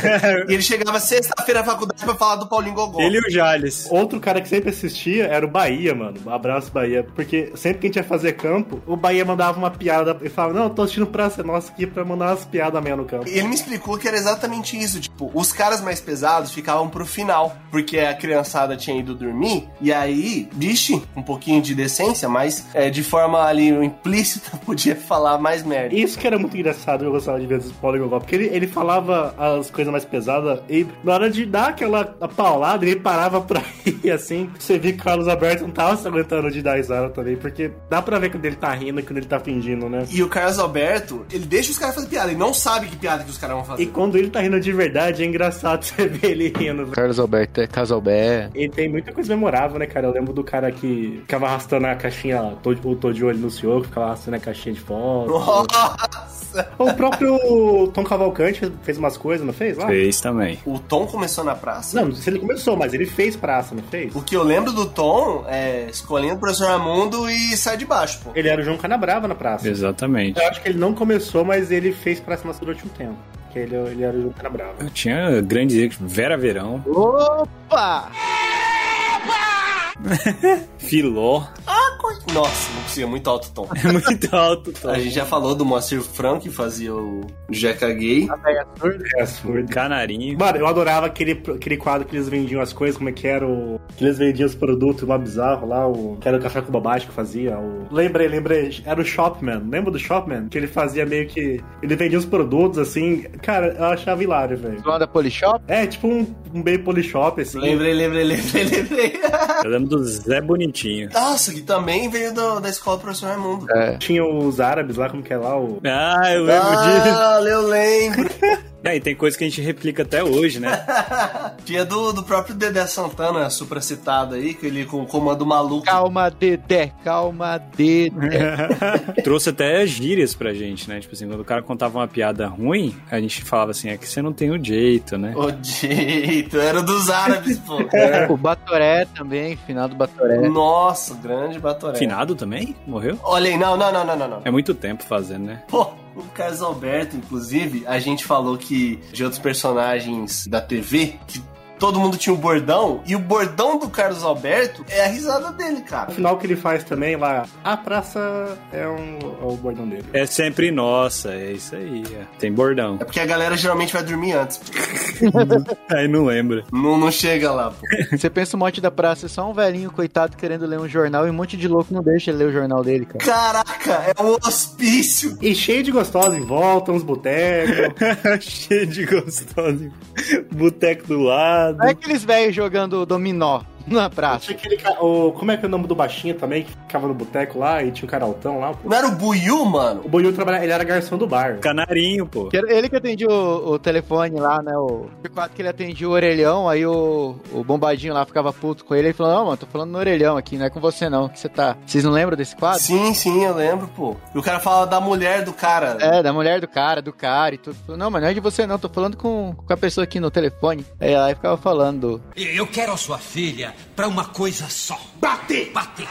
Speaker 1: e ele chegava sexta-feira à faculdade pra falar do Paulinho Gogó.
Speaker 3: Ele e o Jales.
Speaker 2: Outro cara que sempre assistia era o Bahia, mano. Abraço, Bahia. Porque sempre que a gente ia é fazer campo, o Bahia mandava uma piada e falava: Não, eu tô assistindo Praça Nossa aqui pra mandar umas piadas meia no campo.
Speaker 1: Ele ele me explicou que era exatamente isso. Tipo, os caras mais pesados ficavam pro final, porque a criançada tinha ido dormir, e aí, bicho, um pouquinho de decência, mas é, de forma ali implícita, podia falar mais merda.
Speaker 2: Isso que era muito engraçado, eu gostava de ver esse Paulo Gogol, porque ele, ele falava as coisas mais pesadas e na hora de dar aquela paulada, ele parava pra ir assim. Você vê que o Carlos Alberto não tava se aguentando de dar risada também, porque dá pra ver quando ele tá rindo e quando ele tá fingindo, né?
Speaker 1: E o Carlos Alberto, ele deixa os caras fazer piada, ele não sabe que piada que os caras vão fazer.
Speaker 2: E quando ele tá rindo de verdade, é engraçado você ver ele rindo.
Speaker 4: Carlos Alberto é Casalbé.
Speaker 2: Ele tem muita coisa memorável, né, cara? Eu lembro do cara que ficava arrastando a caixinha, ó, tô, de- o tô de olho no senhor, que ficava arrastando a caixinha de foto.
Speaker 1: Nossa!
Speaker 2: O próprio Tom Cavalcante fez umas coisas, não fez lá?
Speaker 3: Fez também.
Speaker 1: O Tom começou na praça.
Speaker 2: Não, não sei se ele começou, mas ele fez praça, não fez?
Speaker 1: O que eu lembro do Tom é escolhendo o professor Raimundo e sai de baixo, pô.
Speaker 2: Ele era o João Canabrava na praça.
Speaker 3: Exatamente.
Speaker 2: Eu acho que ele não começou, mas ele fez praça massa durante um tempo. Que ele, ele era o João Canabrava.
Speaker 3: Eu tinha grandes erros. Vera Verão,
Speaker 4: Opa!
Speaker 3: Filó.
Speaker 1: Nossa, não conseguia muito alto Tom.
Speaker 3: É muito alto, tá? Tom.
Speaker 1: A gente já falou do Moacir Franco que fazia o Jeca Gay.
Speaker 2: É surdo.
Speaker 3: Canarinho.
Speaker 2: Mano, eu adorava aquele, aquele quadro que eles vendiam as coisas, como é que era o. Que eles vendiam os produtos lá bizarro lá, o. Que era o café com bobagem que fazia. O... Lembrei, lembrei. Era o Shopman. Lembra do Shopman? Que ele fazia meio que. Ele vendia os produtos assim. Cara, eu achava hilário, velho.
Speaker 4: Lá da Polishop?
Speaker 2: É, tipo um, um meio polishop, assim.
Speaker 1: Lembrei, lembrei, lembrei, lembrei.
Speaker 3: Eu lembro do Zé Bonitinho.
Speaker 1: Nossa, que também veio do- da escola do professor Raimundo.
Speaker 4: É.
Speaker 2: Tinha os árabes lá, como que é lá? O...
Speaker 3: Ah, eu lembro disso.
Speaker 1: Ah, eu lembro.
Speaker 3: É, e tem coisa que a gente replica até hoje, né?
Speaker 1: Tinha do, do próprio Dedé Santana, supracitado aí, que ele com o comando maluco.
Speaker 4: Calma, Dedé, calma, Dedé.
Speaker 3: Trouxe até gírias pra gente, né? Tipo assim, quando o cara contava uma piada ruim, a gente falava assim, é que você não tem o jeito, né?
Speaker 1: O jeito, era dos árabes, pô.
Speaker 4: O Batoré também, final do Batoré.
Speaker 1: Uhum. Nossa, grande Batoré.
Speaker 3: Finado também? Morreu?
Speaker 1: Olha aí, não, não, não, não, não, não.
Speaker 3: É muito tempo fazendo, né?
Speaker 1: Pô, o Carlos Alberto, inclusive, a gente falou que de outros personagens da TV, que todo mundo tinha o bordão, e o bordão do Carlos Alberto é a risada dele,
Speaker 2: O
Speaker 1: cara.
Speaker 2: final que ele faz também lá, a praça é, um, é o bordão dele.
Speaker 3: É sempre nossa, é isso aí. é. Tem bordão.
Speaker 1: É porque a galera geralmente vai dormir antes.
Speaker 3: Aí não lembra.
Speaker 1: Não, não chega lá, pô.
Speaker 4: Você pensa o mote da praça, é só um velhinho coitado querendo ler um jornal e um monte de louco não deixa ele ler o jornal dele, cara.
Speaker 1: Caraca, é um hospício.
Speaker 2: E cheio de gostosa em volta, uns botecos.
Speaker 3: Cheio de gostoso. Boteco do lado.
Speaker 4: Não é aqueles velhos jogando dominó na praça.
Speaker 2: Tinha aquele ca- o, como é que é o nome do baixinho também, que ficava no boteco lá e tinha um caraltão lá. pô.
Speaker 1: Não era o Buiu, mano?
Speaker 2: O Boiú trabalhava, ele era garçom do bar.
Speaker 3: Canarinho, pô.
Speaker 4: Que era ele que atendia o, o telefone lá, né? O P4 que ele atendia o orelhão, aí o, o bombadinho lá ficava puto com ele. Ele falou: Não, mano, tô falando no orelhão aqui, não é com você não. Que você tá. Vocês não lembram desse quadro?
Speaker 1: Sim, sim, eu lembro, pô. E o cara fala da mulher do cara.
Speaker 4: É, da mulher do cara, do cara e tudo. Falou, não, mas não é de você não, tô falando com, com a pessoa aqui no telefone. Aí ela ficava falando.
Speaker 19: Eu quero a sua filha pra uma coisa só. Bater! Bater!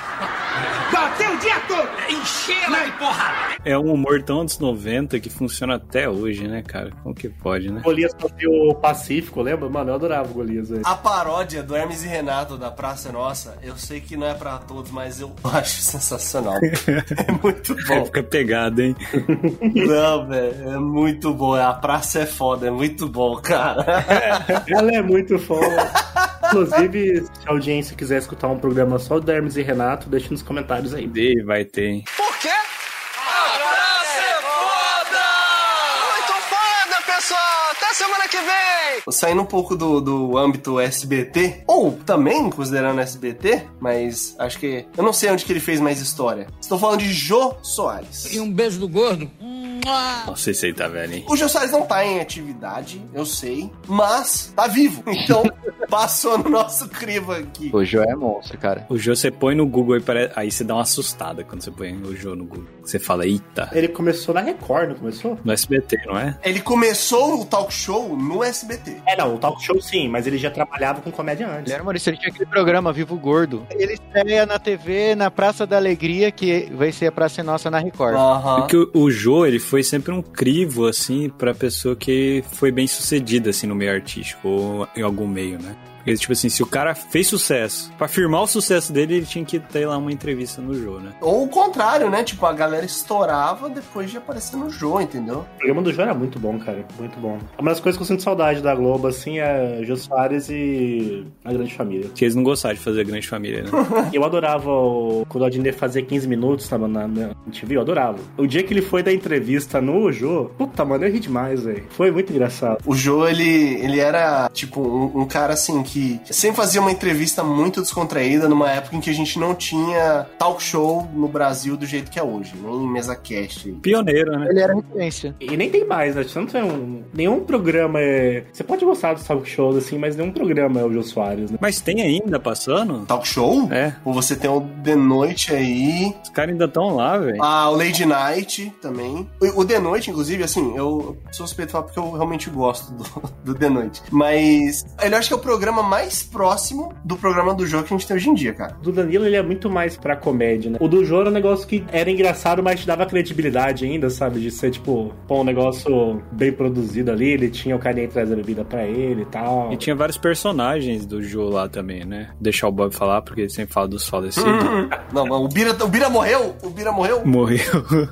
Speaker 19: Bater o dia todo! Encher ela de porrada!
Speaker 3: É um humor tão dos 90 que funciona até hoje, né, cara? Como que pode, né?
Speaker 2: O Golias fazia o Pacífico, lembra? Mano, eu adorava o Golias, velho.
Speaker 1: A paródia do Hermes e Renato da Praça é Nossa, eu sei que não é pra todos, mas eu acho sensacional. É muito bom.
Speaker 3: Fica pegado, hein?
Speaker 1: Não, velho, é muito bom. A praça é foda, é muito bom, cara.
Speaker 2: Ela é muito foda. Inclusive, se a audiência quiser escutar um programa só do Hermes e Renato, deixa nos comentários aí.
Speaker 3: Dei, vai ter, hein?
Speaker 19: Por quê? A praça é foda! Muito foda, pessoal! Até semana que vem!
Speaker 1: Saindo um pouco do, do âmbito SBT, ou também considerando SBT, mas acho que. Eu não sei onde que ele fez mais história. Estou falando de Jô Soares.
Speaker 13: beijo do gordo.
Speaker 3: Nossa, esse aí tá velho, hein?
Speaker 1: O Jô Soares não tá em atividade, eu sei, mas tá vivo. Então passou no nosso crivo aqui.
Speaker 4: O João é monstro, cara.
Speaker 3: O Jô, você põe no Google aí, pare- aí você dá uma assustada quando você põe o Jô no Google. Você fala, eita,
Speaker 2: Ele começou na Record, não começou?
Speaker 3: no SBT, não é?
Speaker 1: Ele começou o talk show no SBT.
Speaker 2: É, não, o talk show sim, mas ele já trabalhava com comédia antes.
Speaker 4: Ele era Maurício, ele tinha aquele programa Vivo Gordo. Ele estreia na TV, na Praça da Alegria, que vai ser a Praça é Nossa na Record.
Speaker 1: Aham.
Speaker 3: Porque o, o Jô, ele foi sempre um crivo, assim, pra pessoa que foi bem sucedida, assim, no meio artístico ou em algum meio, né? Porque, tipo assim, se o cara fez sucesso, pra afirmar o sucesso dele, ele tinha que ter lá uma entrevista no jogo, né?
Speaker 1: Ou o contrário, né? Tipo, a galera estourava depois de aparecer no jogo, entendeu?
Speaker 2: O programa do Jô era muito bom, cara. Muito bom. Uma das coisas que eu sinto saudade da Globo, assim, é Jô Soares e a Grande Família.
Speaker 3: Porque eles não gostaram de fazer grande família, né?
Speaker 2: Eu adorava o, quando o Adnet fazia 15 minutos na, na, na TV, eu adorava. O dia que ele foi da entrevista no Jô, puta, mano, eu ri demais, velho. Foi muito engraçado.
Speaker 1: O Joe, ele, ele era, tipo, um, um cara assim que sempre fazia uma entrevista muito descontraída numa época em que a gente não tinha talk show no Brasil do jeito que é hoje, nem mesa cast.
Speaker 3: Pioneiro, né?
Speaker 4: Ele era referência.
Speaker 2: E nem tem mais, né? Você não tem um- nenhum programa é... Você pode gostar dos talk shows, assim, mas nenhum programa é o Jô Soares, né?
Speaker 3: Mas tem ainda passando?
Speaker 1: Talk show?
Speaker 3: É.
Speaker 1: Ou você tem o The Noite aí.
Speaker 3: Os caras ainda estão lá, velho.
Speaker 1: Ah, o Lady Night também. O, o The Noite, inclusive, assim, eu sou suspeito de falar porque eu realmente gosto do, do The Noite. Mas ele acho que é o programa mais próximo do programa do jogo que a gente tem hoje em dia, cara.
Speaker 2: O do Danilo, ele é muito mais pra comédia, né? O do Jô era um negócio que era engraçado, mas te dava credibilidade ainda, sabe? De ser, tipo, pô, um negócio bem produzido ali. Ele tinha o carinha que traz a bebida pra ele e tal.
Speaker 3: E tinha vários personagens do Joe lá também, né? Deixar o Bob falar, porque ele sempre fala dos falecidos.
Speaker 1: Hum, hum. não, mas o Bira, o Bira morreu? O Bira morreu?
Speaker 3: Morreu.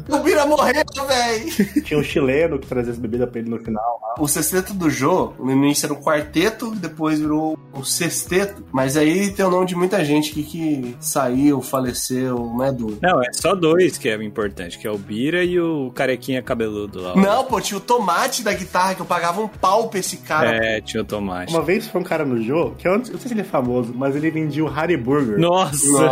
Speaker 1: O Bira morreu, véi!
Speaker 2: Tinha um chileno que trazia as bebidas pra ele no final. lá.
Speaker 1: O sexteto do Jô, no início era um quarteto, depois virou um sexteto. Mas aí tem o nome de muita gente que, que saiu, faleceu, não é duro.
Speaker 3: Não, é só dois que é importante, que é o Bira e o carequinha cabeludo lá.
Speaker 1: Não, pô, tinha o tomate da guitarra que eu pagava um pau pra esse cara.
Speaker 3: É, tinha o Tomás.
Speaker 2: Uma vez foi um cara no Jô, que eu não eu não sei se ele é famoso, mas ele vendia o Harry Burger.
Speaker 3: Nossa!
Speaker 1: Nossa.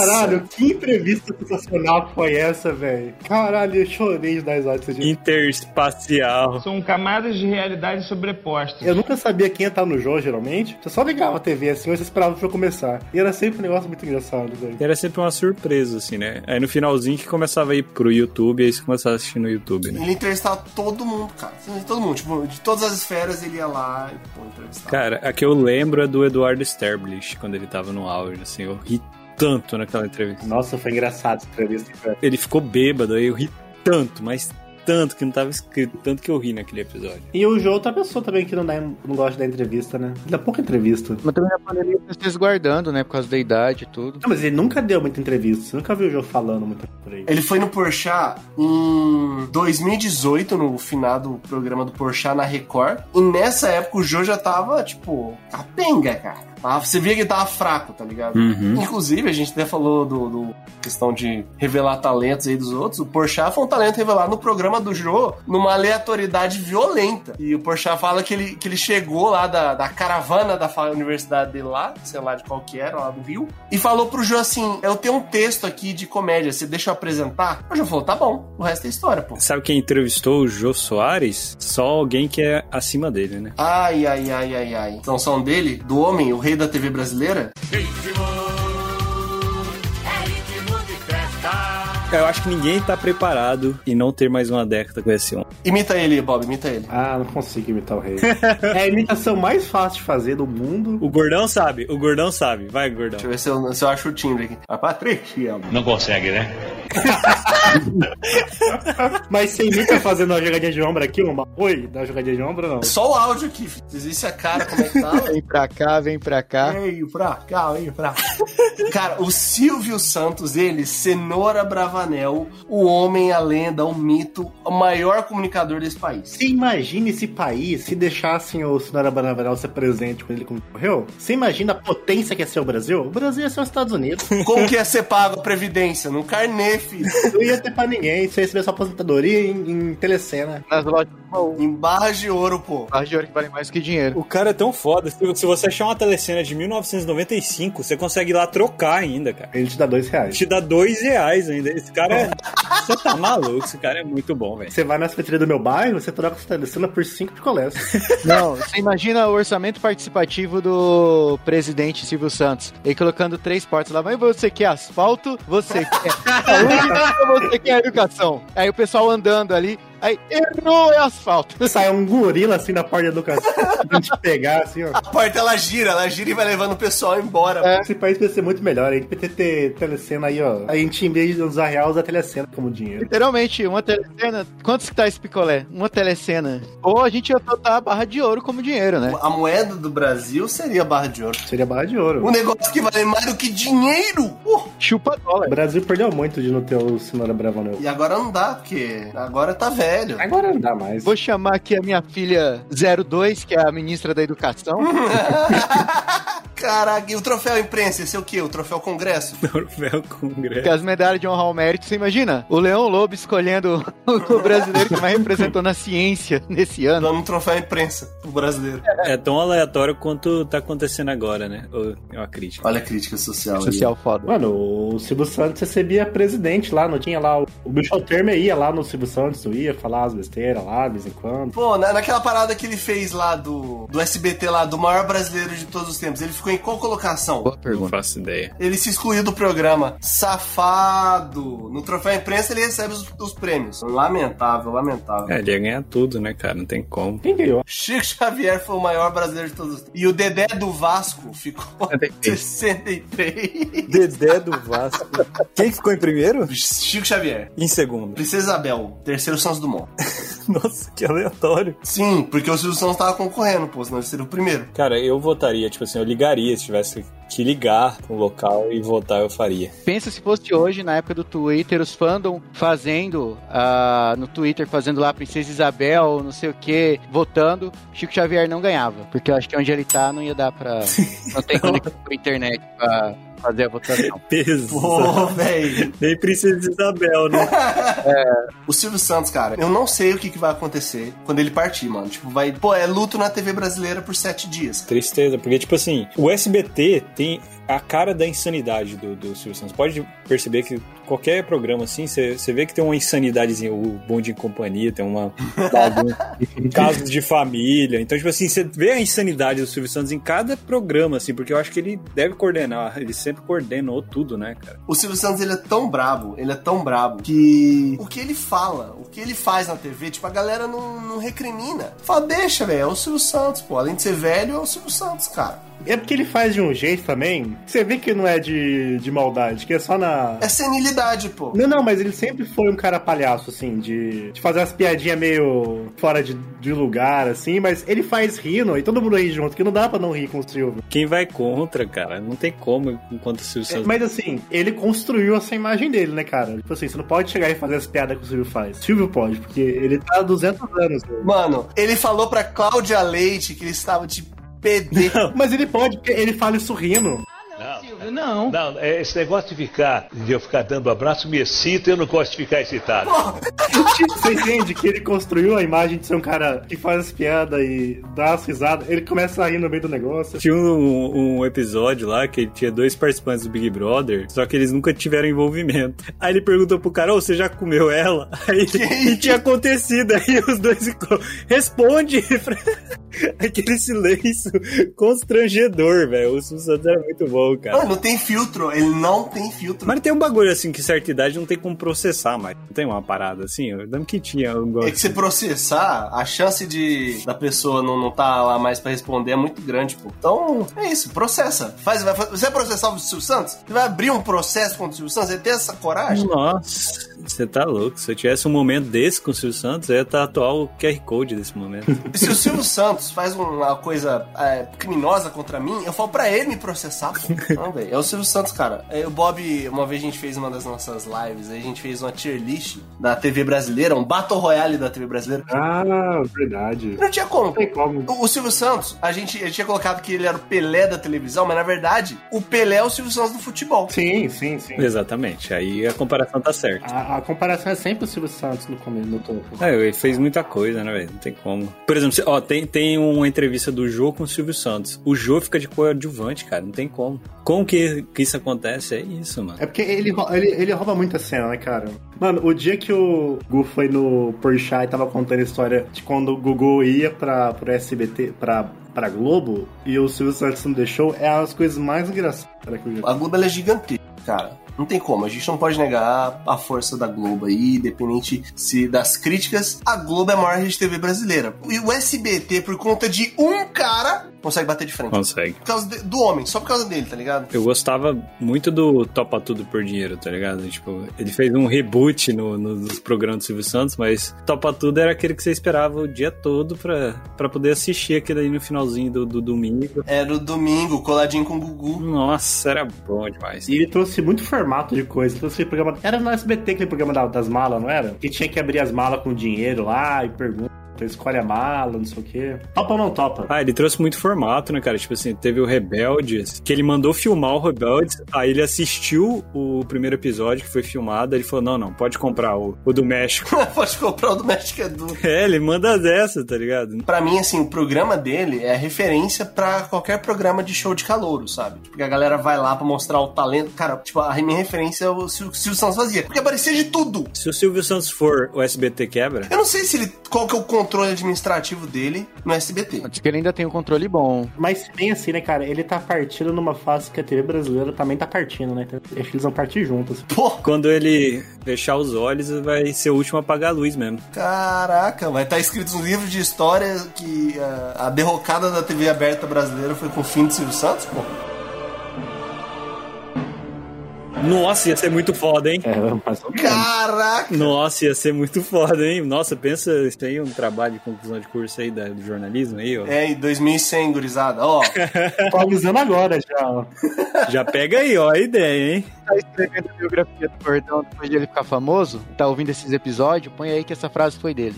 Speaker 2: Caralho, que entrevista sensacional que foi essa, velho. Caralho, eu chorei de dar risada desse dia.
Speaker 3: Interespacial.
Speaker 17: São camadas de realidade sobrepostas.
Speaker 2: Eu nunca sabia quem ia estar no jogo, geralmente. Você só ligava a TV assim, mas você esperava pra eu começar. E era sempre um negócio muito engraçado, velho.
Speaker 3: Era sempre uma surpresa, assim, né? Aí no finalzinho que começava a ir pro YouTube, aí você começava a assistir no YouTube, né?
Speaker 1: Ele entrevistava todo mundo, cara. Todo mundo, tipo, de todas as esferas ele ia lá e, pô, entrevistava.
Speaker 3: Cara, a que eu lembro é do Eduardo Sterblich, quando ele tava no auge, assim, eu ri tanto naquela entrevista.
Speaker 2: Nossa, foi engraçado essa entrevista, cara.
Speaker 3: Ele ficou bêbado, aí eu ri tanto, mas tanto que não tava escrito, tanto que eu ri naquele episódio.
Speaker 2: E o João, outra pessoa também que não, dá, não gosta da entrevista, né? Ele dá pouca entrevista.
Speaker 4: Mas também na pandemia ele se resguardando, né? Por causa da idade e tudo.
Speaker 2: Não, mas ele nunca deu muita entrevista. Você nunca viu o João falando muito por aí.
Speaker 1: Ele foi no Porchat em 2018, no finado programa do Porchat na Record. E nessa época o Jô já tava, tipo, capenga, cara. Ah, Você via que ele tava fraco, tá ligado?
Speaker 3: Uhum.
Speaker 1: Inclusive, a gente até falou do, do- questão de revelar talentos aí dos outros. O Porchat foi um talento revelado no programa do Jô, numa aleatoriedade violenta. E o Porchat fala que ele, que ele chegou lá da, da caravana da fa- universidade dele lá, sei lá de qual que era, lá do Rio, e falou pro Jô assim, eu tenho um texto aqui de comédia, você deixa eu apresentar? O Jô falou, tá bom, o resto é história, pô.
Speaker 3: Sabe quem entrevistou o Jô Soares? Só alguém que é acima dele, né?
Speaker 1: Ai, ai, ai, ai, ai. Então, são dele, do homem, o rei da TV brasileira?
Speaker 3: Eu acho que ninguém tá preparado em não ter mais uma década com esse homem.
Speaker 1: Imita ele, Bob, imita ele.
Speaker 2: Ah, não consigo imitar o rei. é a imitação mais fácil de fazer do mundo.
Speaker 3: O gordão sabe, o gordão sabe. Vai, gordão.
Speaker 1: Deixa eu ver se eu, se eu acho o timbre aqui. Ah, Patrícia.
Speaker 19: Não consegue, né?
Speaker 2: Mas você imita fazendo uma jogadinha de ombro aqui, uma oi, dá uma jogadinha de ombro, não.
Speaker 1: É Só o áudio aqui, filho. existe a cara, como é que tá?
Speaker 4: Vem pra cá, vem pra cá.
Speaker 1: Veio pra cá, veio pra cá. Cara, o Silvio Santos, ele, Cenoura Bravanel, o homem, a lenda, o mito, o maior comunicador desse país.
Speaker 2: Você imagina esse país se deixassem o Senhora Banaveral ser presente quando ele concorreu? Você imagina a potência que ia ser o Brasil? O Brasil ia ser os Estados Unidos.
Speaker 1: Como que ia ser pago a Previdência? No carnê, filho.
Speaker 2: Não ia ter pra ninguém. Você ia receber sua aposentadoria em, em telecena.
Speaker 4: Nas lojas de baú.
Speaker 1: Em barras de ouro, pô.
Speaker 4: Barras de ouro que vale mais que dinheiro.
Speaker 3: O cara é tão foda. Se, se você achar uma telecena de 1995, você consegue ir lá trocar ainda, cara.
Speaker 2: Ele te dá dois reais.
Speaker 3: Te dá dois reais ainda. Esse cara é. Você tá maluco? Esse cara é muito bom, velho.
Speaker 2: Você vai na cafeteria do meu bairro, você troca sua telecena por cinco picolés.
Speaker 4: Não, você imagina o orçamento participativo do presidente Silvio Santos. Ele colocando três portas lá. Mas você quer asfalto? Você quer saúde? ou você quer educação? Aí o pessoal andando ali.
Speaker 20: Aí, errou, é asfalto.
Speaker 2: Sai um gorila assim da porta do cacete, pra gente pegar assim, ó.
Speaker 1: A porta ela gira, ela gira e vai levando o pessoal embora.
Speaker 2: Esse país vai ser muito melhor. A gente podia ter telecena aí, ó. A gente, em vez de usar real, usa telecena como dinheiro.
Speaker 20: Literalmente, uma telecena. Quantos que tá esse picolé? Uma telecena. Ou a gente ia botar a barra de ouro como dinheiro, né?
Speaker 1: A moeda do Brasil seria a barra de ouro.
Speaker 2: Seria barra de ouro.
Speaker 1: Um negócio que vale mais do que dinheiro. Uh,
Speaker 20: Chupa dólar.
Speaker 2: O Brasil perdeu muito de não ter o Senhora Brava Novo.
Speaker 1: E agora não dá, porque agora tá velho.
Speaker 2: Agora não dá mais.
Speaker 20: Vou chamar aqui a minha filha 02, que é a ministra da Educação.
Speaker 1: Caraca, e o troféu imprensa, esse é o quê? O troféu congresso?
Speaker 3: Troféu Congresso.
Speaker 20: que as medalhas de honra ao mérito, você imagina? O Leão Lobo escolhendo o brasileiro que mais representou na ciência nesse ano.
Speaker 1: Dando um troféu imprensa pro brasileiro.
Speaker 3: É tão aleatório quanto tá acontecendo agora, né? Ou- É uma crítica.
Speaker 1: Olha a crítica social. aí.
Speaker 20: é Social foda.
Speaker 2: Mano, o Silvio Santos recebia presidente lá, não tinha lá. O, o Michel Temer ia lá no Silvio Santos, ia falar as besteiras lá, de vez em quando.
Speaker 1: Pô, na- naquela parada que ele fez lá do, do SBT lá, do maior brasileiro de todos os tempos, ele ficou em qual colocação?
Speaker 20: Boa
Speaker 3: Não
Speaker 20: pergunta.
Speaker 3: faço ideia.
Speaker 1: Ele se excluiu do programa. Safado! No troféu imprensa ele recebe os, os prêmios. Lamentável, lamentável.
Speaker 3: É, ele ia ganhar tudo, né, cara? Não tem como.
Speaker 2: Quem é ganhou?
Speaker 1: Chico Xavier foi o maior brasileiro de todos os tempos. E o Dedé do Vasco ficou 63.
Speaker 21: Dedé do Vasco. Quem que ficou em primeiro?
Speaker 1: Chico Xavier.
Speaker 21: Em segundo.
Speaker 1: Princesa Isabel, terceiro Santos Dumont.
Speaker 21: Nossa, que aleatório.
Speaker 1: Sim, porque o Silvio Santos tava concorrendo, pô, senão ele seria o primeiro.
Speaker 3: Cara, eu votaria, tipo assim, eu ligaria se tivesse que ligar pro local e votar, eu faria.
Speaker 20: Pensa se fosse hoje, na época do Twitter, os fandom fazendo, ah, no Twitter, fazendo lá Princesa Isabel, não sei o que, votando, Chico Xavier não ganhava. Porque eu acho que onde ele tá não ia dar pra... Não tem conexão por internet pra fazer a votação.
Speaker 1: Pô,
Speaker 3: Peso.
Speaker 1: velho.
Speaker 3: Nem precisa de Isabel, né?
Speaker 1: O Silvio Santos, cara, eu não sei o que, que vai acontecer quando ele partir, mano. Tipo, vai. Pô, é luto na TV brasileira por sete dias.
Speaker 3: Tristeza, porque, tipo assim, o SBT tem a cara da insanidade do, do Silvio Santos. Pode perceber que qualquer programa assim, você você vê que tem uma insanidadezinha, o bonde em companhia, tem uma. bagunça, casos de família. Então, tipo assim, você vê a insanidade do Silvio Santos em cada programa, assim, porque eu acho que ele deve coordenar, ele sempre coordenou tudo, né, cara?
Speaker 1: O Silvio Santos, ele é tão brabo, ele é tão brabo, que o que ele fala, o que ele faz na TV, tipo, a galera não, não recrimina. Fala, deixa, velho, é o Silvio Santos, pô. Além de ser velho, é o Silvio Santos, cara.
Speaker 2: É porque ele faz de um jeito também. que Você vê que não é de, de maldade, que é só na.
Speaker 1: É senilidade, pô.
Speaker 2: Não, não, mas ele sempre foi um cara palhaço, assim, de, de fazer as piadinhas meio fora de, de lugar, assim, mas ele faz rindo e todo mundo ri junto, que não dá pra não rir com o Silvio.
Speaker 3: Quem vai contra, cara? Não tem como enquanto o Silvio
Speaker 2: É,
Speaker 3: Santos.
Speaker 2: Mas assim, ele construiu essa imagem dele, né, cara? Tipo assim, você não pode chegar e fazer as piadas que o Silvio faz. Silvio pode, porque ele tá há 200 anos. né?
Speaker 1: Mano, ele falou pra Cláudia Leite que ele estava de PD.
Speaker 2: Mas ele pode, porque ele fala isso rindo.
Speaker 13: Silvio, não.
Speaker 22: Não, é, esse negócio de ficar, de eu ficar dando abraço me excita, eu não gosto de ficar excitado.
Speaker 2: Você entende que ele construiu a imagem de ser um cara que faz as piadas e dá as risadas. Ele começa a rir no meio do negócio.
Speaker 3: Tinha um, um episódio lá que tinha dois participantes do Big Brother, só que eles nunca tiveram envolvimento. Aí ele perguntou pro cara, "Ô, você já comeu ela? Aí e tinha acontecido, aí os dois ficou, responde! Aquele silêncio constrangedor, velho. O Silvio Santos era muito bom, cara.
Speaker 1: Mano, não tem filtro, ele não tem filtro.
Speaker 3: Mas tem um bagulho assim que certa idade não tem como processar, mas não tem uma parada assim? Eu lembro que tinha um
Speaker 1: É que se processar, a chance de da pessoa não, não tá lá mais pra responder é muito grande, pô. Então, é isso, processa. Faz, vai, você vai processar o Silvio Santos? Você vai abrir um processo contra o Silvio Santos? Você tem essa coragem?
Speaker 3: assim. Nossa, você tá louco. Se eu tivesse um momento desse com o Silvio Santos, eu ia estar atual o QR Code desse momento.
Speaker 1: Se o Silvio Santos faz uma coisa é, criminosa contra mim, eu falo pra ele me processar, pô. Não, velho. É o Silvio Santos, cara. É, o Bob, uma vez a gente fez uma das nossas lives, aí a gente fez uma tier list da TV brasileira, um Battle Royale da TV brasileira.
Speaker 2: Ah, verdade.
Speaker 1: Não tinha como.
Speaker 2: tem como.
Speaker 1: O o Silvio Santos, a gente eu tinha colocado que ele era o Pelé da televisão, mas na verdade, o Pelé é o Silvio Santos do futebol.
Speaker 2: Sim, sim, sim.
Speaker 3: É. Exatamente, aí a comparação tá certa.
Speaker 2: A, a comparação é sempre o Silvio Santos no começo, no topo.
Speaker 3: É, ele fez muita coisa, né, velho? Não tem como. Por exemplo, cê- ó, tem, tem uma entrevista do Jô com o Silvio Santos. O Jô fica de coadjuvante, cara, não tem como. Como que, que isso acontece? É isso, mano.
Speaker 2: É porque ele, rou- ele, ele rouba muita cena, né, cara? Mano, o dia que o Gu foi no Porchat e tava contando a história de quando o Gugu ia pra, pro SBT, pra, pra Globo, e o Silvio Santos não deixou, é as coisas mais engraçadas que eu já
Speaker 1: A Globo ela é gigante, cara. Não tem como, a gente não pode negar a força da Globo aí, independente se das críticas, a Globo é a maior rede de TV brasileira. E o SBT, por conta de um cara, consegue bater de frente.
Speaker 3: Consegue.
Speaker 1: Por causa de- do homem, só por causa dele, tá ligado?
Speaker 3: Eu gostava muito do Topa Tudo por Dinheiro, tá ligado? Tipo, ele fez um reboot no, no- nos programas do Silvio Santos, mas Topa Tudo era aquele que você esperava o dia todo pra, pra poder assistir aquele aí no finalzinho do, do domingo.
Speaker 1: Era o É domingo, coladinho com o Gugu.
Speaker 3: Nossa, era bom demais. tá
Speaker 2: E ele trouxe muito formato de coisa. Trouxe programa. Era no SBT aquele programa da- das malas, não era? Que tinha que abrir as malas com dinheiro lá e pergunta, escolhe a mala, não sei o quê. Topa ou não topa?
Speaker 3: Ah, ele trouxe muito formato, né, cara? Tipo assim, teve o Rebeldes, que ele mandou filmar o Rebeldes, aí ele assistiu o primeiro episódio que foi filmado, aí ele falou, não, não, pode comprar o, o do México.
Speaker 1: pode comprar o do México, é duro.
Speaker 3: É, ele manda dessa, tá ligado?
Speaker 1: Pra mim, assim, o programa dele é referência pra qualquer programa de show de calouro, sabe? Porque a galera vai lá pra mostrar o talento. Cara, tipo, a minha referência é o Sil- o Silvio Santos fazia. Porque aparecia de tudo.
Speaker 3: Se o Silvio Santos for, o SBT quebra?
Speaker 1: Eu não sei se ele, qual que é o controle administrativo dele no SBT.
Speaker 20: Diz que ele ainda tem um controle bom.
Speaker 2: Mas se bem assim, né, cara? Ele tá partindo numa fase que a TV brasileira também tá partindo, né? Então, Acho que eles vão partir juntos.
Speaker 3: Quando ele fechar os olhos, vai ser o último a apagar a luz mesmo.
Speaker 1: Caraca, vai estar escrito um livro de história que ah, a derrocada da TV aberta brasileira foi com o fim de Silvio Santos, pô.
Speaker 3: Nossa, ia ser muito foda, hein?
Speaker 2: É, mas...
Speaker 1: Caraca!
Speaker 3: Nossa, ia ser muito foda, hein? Nossa, pensa, isso aí é um trabalho de conclusão de curso aí da- do jornalismo aí, ó.
Speaker 1: É, em 2100, gurizada, ó.
Speaker 2: Tô avisando Tá agora já, ó.
Speaker 3: Já pega aí, ó, a ideia, hein?
Speaker 20: Tá escrevendo a biografia do Gordão depois de ele ficar famoso? Tá ouvindo esses episódios? Põe aí que essa frase foi dele.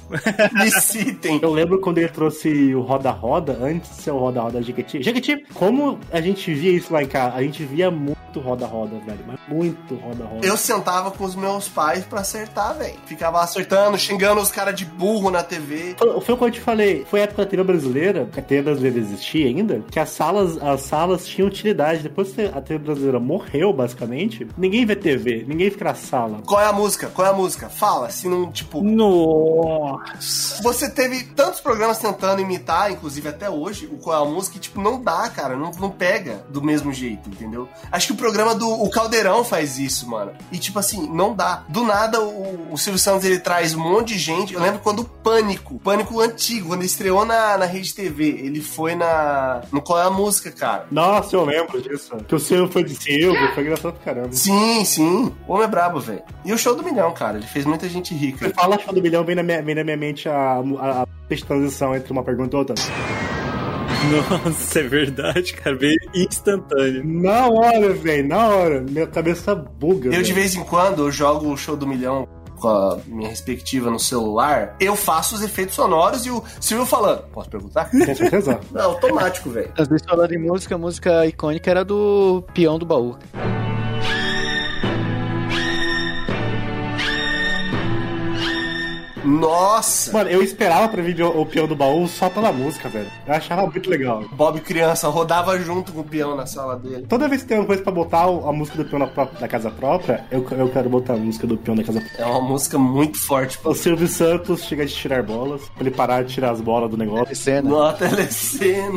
Speaker 1: Me citem.
Speaker 2: Eu lembro quando ele trouxe o Roda Roda, antes de ser o Roda Roda Jequiti. Jequiti, como a gente via isso lá em casa? A gente via muito Roda Roda, velho. Mas muito Roda Roda.
Speaker 1: Eu sentava com os meus pais pra acertar, velho. Ficava acertando, xingando os caras de burro na TV.
Speaker 2: Foi, foi o que eu te falei. Foi a época da TV brasileira, que a TV brasileira existia ainda, que as salas, as salas tinham utilidade. Depois que a TV brasileira morreu, basicamente, ninguém vê TV, ninguém fica na sala.
Speaker 1: Qual é a música? Qual é a música? Fala, se não, tipo.
Speaker 3: Nossa!
Speaker 1: Você teve tantos programas tentando imitar, inclusive até hoje, o Qual é a música, que, tipo, não dá, cara. Não, não pega do mesmo jeito, entendeu? Acho que o programa do o Caldeirão faz isso, mano. E, tipo assim, não dá. Do nada, o, o Silvio Santos ele traz um monte de gente. Eu lembro quando o Pânico, Pânico antigo, quando ele estreou na, na Rede TV, ele foi na. No Qual é a música, cara?
Speaker 2: Nossa, eu lembro disso. Que o seu foi de Silvio, foi engraçado pra caramba.
Speaker 1: Sim, sim. O homem é brabo, velho. E o show do milhão, cara. Ele fez muita gente rica.
Speaker 2: Você fala show do milhão, vem na minha, vem na minha mente a, a, a de transição entre uma pergunta e outra.
Speaker 3: Nossa, é verdade, cara. Veio instantâneo.
Speaker 2: Na hora, velho, na hora. Minha cabeça buga.
Speaker 1: Eu, de
Speaker 2: velho.
Speaker 1: vez em quando, eu jogo o show do milhão com a minha respectiva no celular. Eu faço os efeitos sonoros e o Silvio falando. Posso perguntar?
Speaker 2: Com certeza.
Speaker 1: Não, automático, velho.
Speaker 20: Às vezes falando em música, a música icônica era do Peão do Baú.
Speaker 1: Nossa!
Speaker 2: Mano, eu esperava pra vir o o peão do baú só pela música, velho. Eu achava muito legal.
Speaker 1: Bob criança rodava junto com o peão na sala dele.
Speaker 2: Toda vez que tem uma coisa pra botar o- a música do peão na própria- da casa própria, eu, eu quero botar a música do peão da casa própria.
Speaker 1: É uma música muito forte, pô.
Speaker 2: O Silvio Santos chega de tirar bolas, pra ele parar de tirar as bolas do negócio.
Speaker 20: Cena.
Speaker 1: Nó, telecena.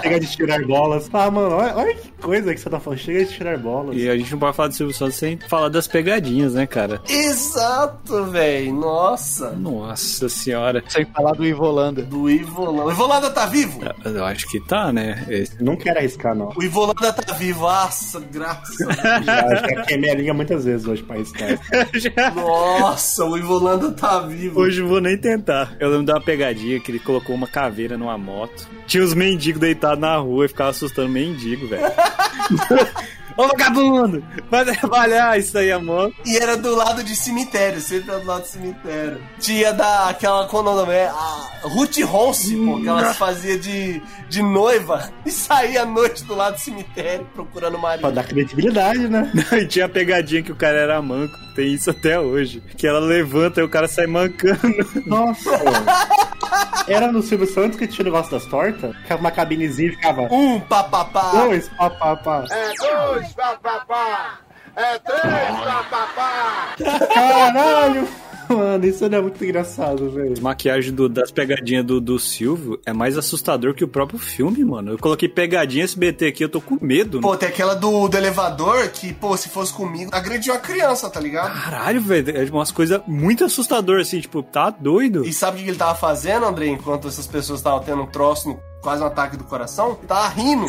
Speaker 2: Chega de tirar bolas. Ah, mano, olha, olha que coisa que você tá falando. Chega de tirar bolas.
Speaker 3: E a gente não pode falar do Silvio Santos sem falar das pegadinhas, né, cara?
Speaker 1: Exato, velho. Nossa.
Speaker 3: Nossa senhora.
Speaker 20: Sem falar do Ivolanda.
Speaker 1: Do Ivolanda. O Ivolanda tá vivo?
Speaker 3: Eu acho que tá, né? Esse-
Speaker 2: Não quero arriscar, não.
Speaker 1: O Ivolanda tá vivo. Nossa, graça.
Speaker 2: Já, já queimei a linha muitas vezes hoje pra arriscar.
Speaker 1: Nossa, o Ivolanda tá vivo.
Speaker 3: Hoje eu vou nem tentar. Eu lembro de uma pegadinha que ele colocou uma caveira numa moto. Tinha os mendigos deitados na rua e ficava assustando mendigo, velho. Ô vagabundo! Vai trabalhar isso aí, amor.
Speaker 1: E era do lado de cemitério, sempre era do lado do cemitério. Tinha da aquela qual o nome é? A Ruth Ronce, pô, que ela se fazia de, de noiva e saía à noite do lado do cemitério procurando o
Speaker 2: Pra
Speaker 1: marido.
Speaker 2: dar credibilidade, né?
Speaker 3: E tinha a pegadinha que o cara era manco. Tem isso até hoje. Que ela levanta e o cara sai mancando.
Speaker 2: Nossa. Era no Silvio Santos que tinha o negócio das tortas? Ficava uma cabinezinha e ficava.
Speaker 1: Um papapá.
Speaker 2: Dois, pá, pá, pá.
Speaker 18: É dois papapá! É três papapá!
Speaker 2: Caralho! Mano, Mano, isso era muito engraçado, velho.
Speaker 3: A maquiagem do- das pegadinhas do, do Silvio é mais assustador que o próprio filme, mano. Eu coloquei pegadinha SBT aqui, eu tô com medo.
Speaker 1: Pô, tem aquela do, do elevador que, pô, se fosse comigo, agrediu a criança, tá ligado?
Speaker 3: Caralho, velho, é umas coisas muito assustadoras, assim, tipo, tá doido.
Speaker 1: E sabe o que ele tava fazendo, André, enquanto essas pessoas estavam tendo um troço no quase um ataque do coração? Ele Tava rindo.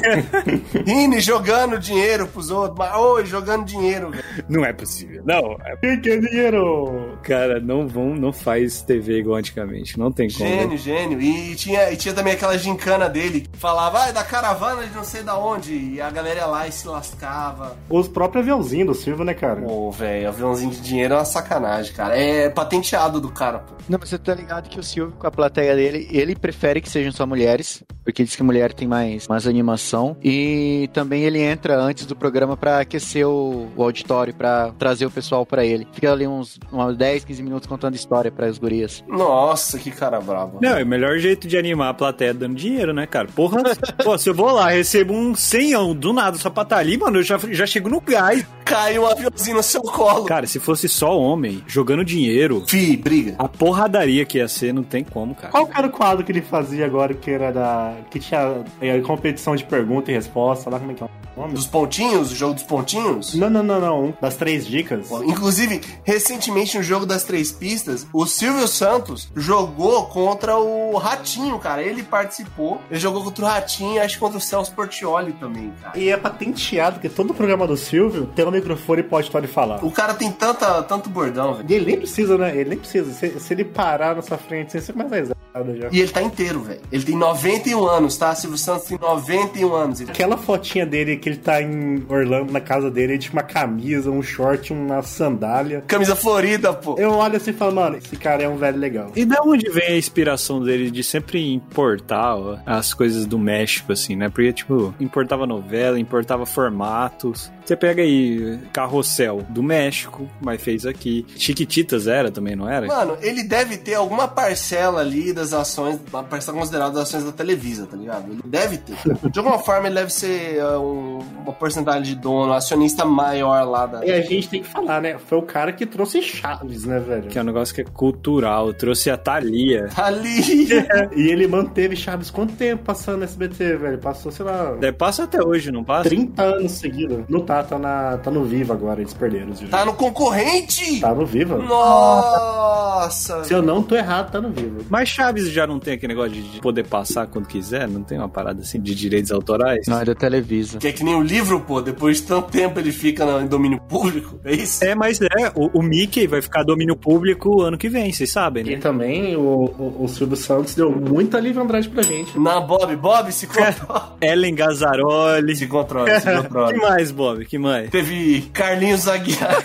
Speaker 1: rindo e jogando dinheiro pros outros. Mas, Oi, jogando dinheiro, velho.
Speaker 3: Não é possível, não. É...
Speaker 2: Que que é dinheiro?
Speaker 3: Cara, não vão, não faz TV igual antigamente, não tem como.
Speaker 1: Gênio, gênio. E tinha, e tinha também aquela gincana dele que falava, vai, da caravana de não sei da onde. E a galera ia lá e se lascava.
Speaker 2: Os próprios aviãozinhos do Silvio, né, cara?
Speaker 1: Pô, velho, aviãozinho de dinheiro é uma sacanagem, cara. É patenteado do cara, pô.
Speaker 20: Não, mas você tá ligado que o Silvio, com a plateia dele, ele prefere que sejam só mulheres, porque diz que mulher tem mais, mais animação. E também ele entra antes do programa pra aquecer o, o auditório, pra trazer o pessoal pra ele. Fica ali uns, uns 10, 15 minutos contando história para as gurias.
Speaker 1: Nossa, que cara brabo.
Speaker 3: Não, é o melhor jeito de animar a plateia é dando dinheiro, né, cara? Porra, pô, se eu vou lá, recebo um senhão do nada só pra tá ali, mano, eu já, já chego no gás.
Speaker 1: Cai um aviãozinho no seu colo.
Speaker 3: Cara, se fosse só homem jogando dinheiro,
Speaker 1: Fi, briga.
Speaker 3: a porradaria que ia ser, não tem como, cara.
Speaker 2: Qual que era o quadro que ele fazia agora que era da. que tinha é, competição de pergunta e resposta, lá como é que é o nome?
Speaker 1: Dos pontinhos, o jogo dos pontinhos.
Speaker 2: Não, não, não, não. um Das três dicas.
Speaker 1: Inclusive, recentemente no jogo das três pistas, o Silvio Santos jogou contra o Ratinho, cara. Ele participou, ele jogou contra o Ratinho, acho que contra o Celso Portioli também, cara.
Speaker 2: E é patenteado que todo programa do Silvio tem um microfone e pode pode falar.
Speaker 1: O cara tem tanta, tanto bordão, velho.
Speaker 2: E ele nem precisa, né? Ele nem precisa. Se, se ele parar na sua frente, você começa mais risada já.
Speaker 1: E ele tá inteiro, velho. Ele tem 91 anos, tá? Silvio Santos tem 91 anos. Ele... tá
Speaker 2: Aquela fotinha dele que ele tá em Orlando, na casa dele, ele tinha uma camisa, um short, uma sandália.
Speaker 1: Camisa florida, pô.
Speaker 2: Eu olho assim e falo, mano, esse cara é um velho legal.
Speaker 3: E da onde vem a inspiração dele de sempre importar ó, as coisas do México, assim, né? Porque, tipo, importava novela, importava formatos. Você pega aí Carrossel do México, mas fez aqui. Chiquititas era também, não era?
Speaker 1: Mano, ele deve ter alguma parcela ali das ações, uma parcela considerada das ações da Televisa, tá ligado? Ele deve ter. De alguma forma, ele deve ser é, um- uma porcentagem de dono, acionista maior lá da.
Speaker 2: E a gente tem que falar, né? Foi o cara que trouxe Chaves, né, velho?
Speaker 3: Que é um negócio que é cultural. Trouxe a Thalia.
Speaker 1: Tá Ali!
Speaker 2: E ele manteve Chaves quanto tempo passando no SBT, velho? Passou, sei lá,
Speaker 3: É, passa até hoje, não passa?
Speaker 2: 30 anos seguidos. Não tá, tá, na, tá no Viva agora, eles perderam. os direitos.
Speaker 1: Tá no concorrente!
Speaker 2: Tá no Viva.
Speaker 1: Nossa!
Speaker 2: Se eu não tô errado, tá no Viva.
Speaker 3: Mas Chaves já não tem aquele negócio de poder passar quando quiser? Não tem uma parada assim de direitos autorais?
Speaker 20: Não, é da Televisa.
Speaker 1: Que é que nem o livro, pô, depois de tanto tempo ele fica no- em domínio público, é isso?
Speaker 3: É, mas é, o, o Mickey vai ficar domínio público ano que vem, vocês sabem,
Speaker 2: E
Speaker 3: né?
Speaker 2: também o, o, o Silvio Santos deu muita livre-andrade pra gente.
Speaker 1: Na Bob, Bob se controla.
Speaker 3: Ellen Gazzaroli.
Speaker 1: se controla, se
Speaker 3: Que
Speaker 1: controla.
Speaker 3: mais, Bob? Que mais?
Speaker 1: Teve Carlinhos Aguiar.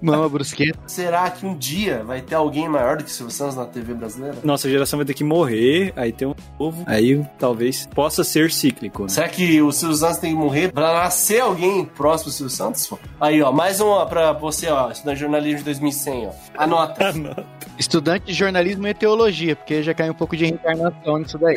Speaker 20: Mama Brusqueta.
Speaker 1: Será que um dia vai ter alguém maior do que Silvio Santos na TV brasileira?
Speaker 3: Nossa geração vai ter que morrer, aí tem um novo, aí talvez possa ser cíclico, né?
Speaker 1: Será que o Silvio Santos tem que morrer pra nascer alguém próximo do Silvio Santos? pô? Aí, ó, mais uma pra você, ó, estudante de jornalismo de 2100, ó. Anota.
Speaker 20: Estudante de jornalismo e teologia, porque já caiu um pouco de reencarnação nisso daí.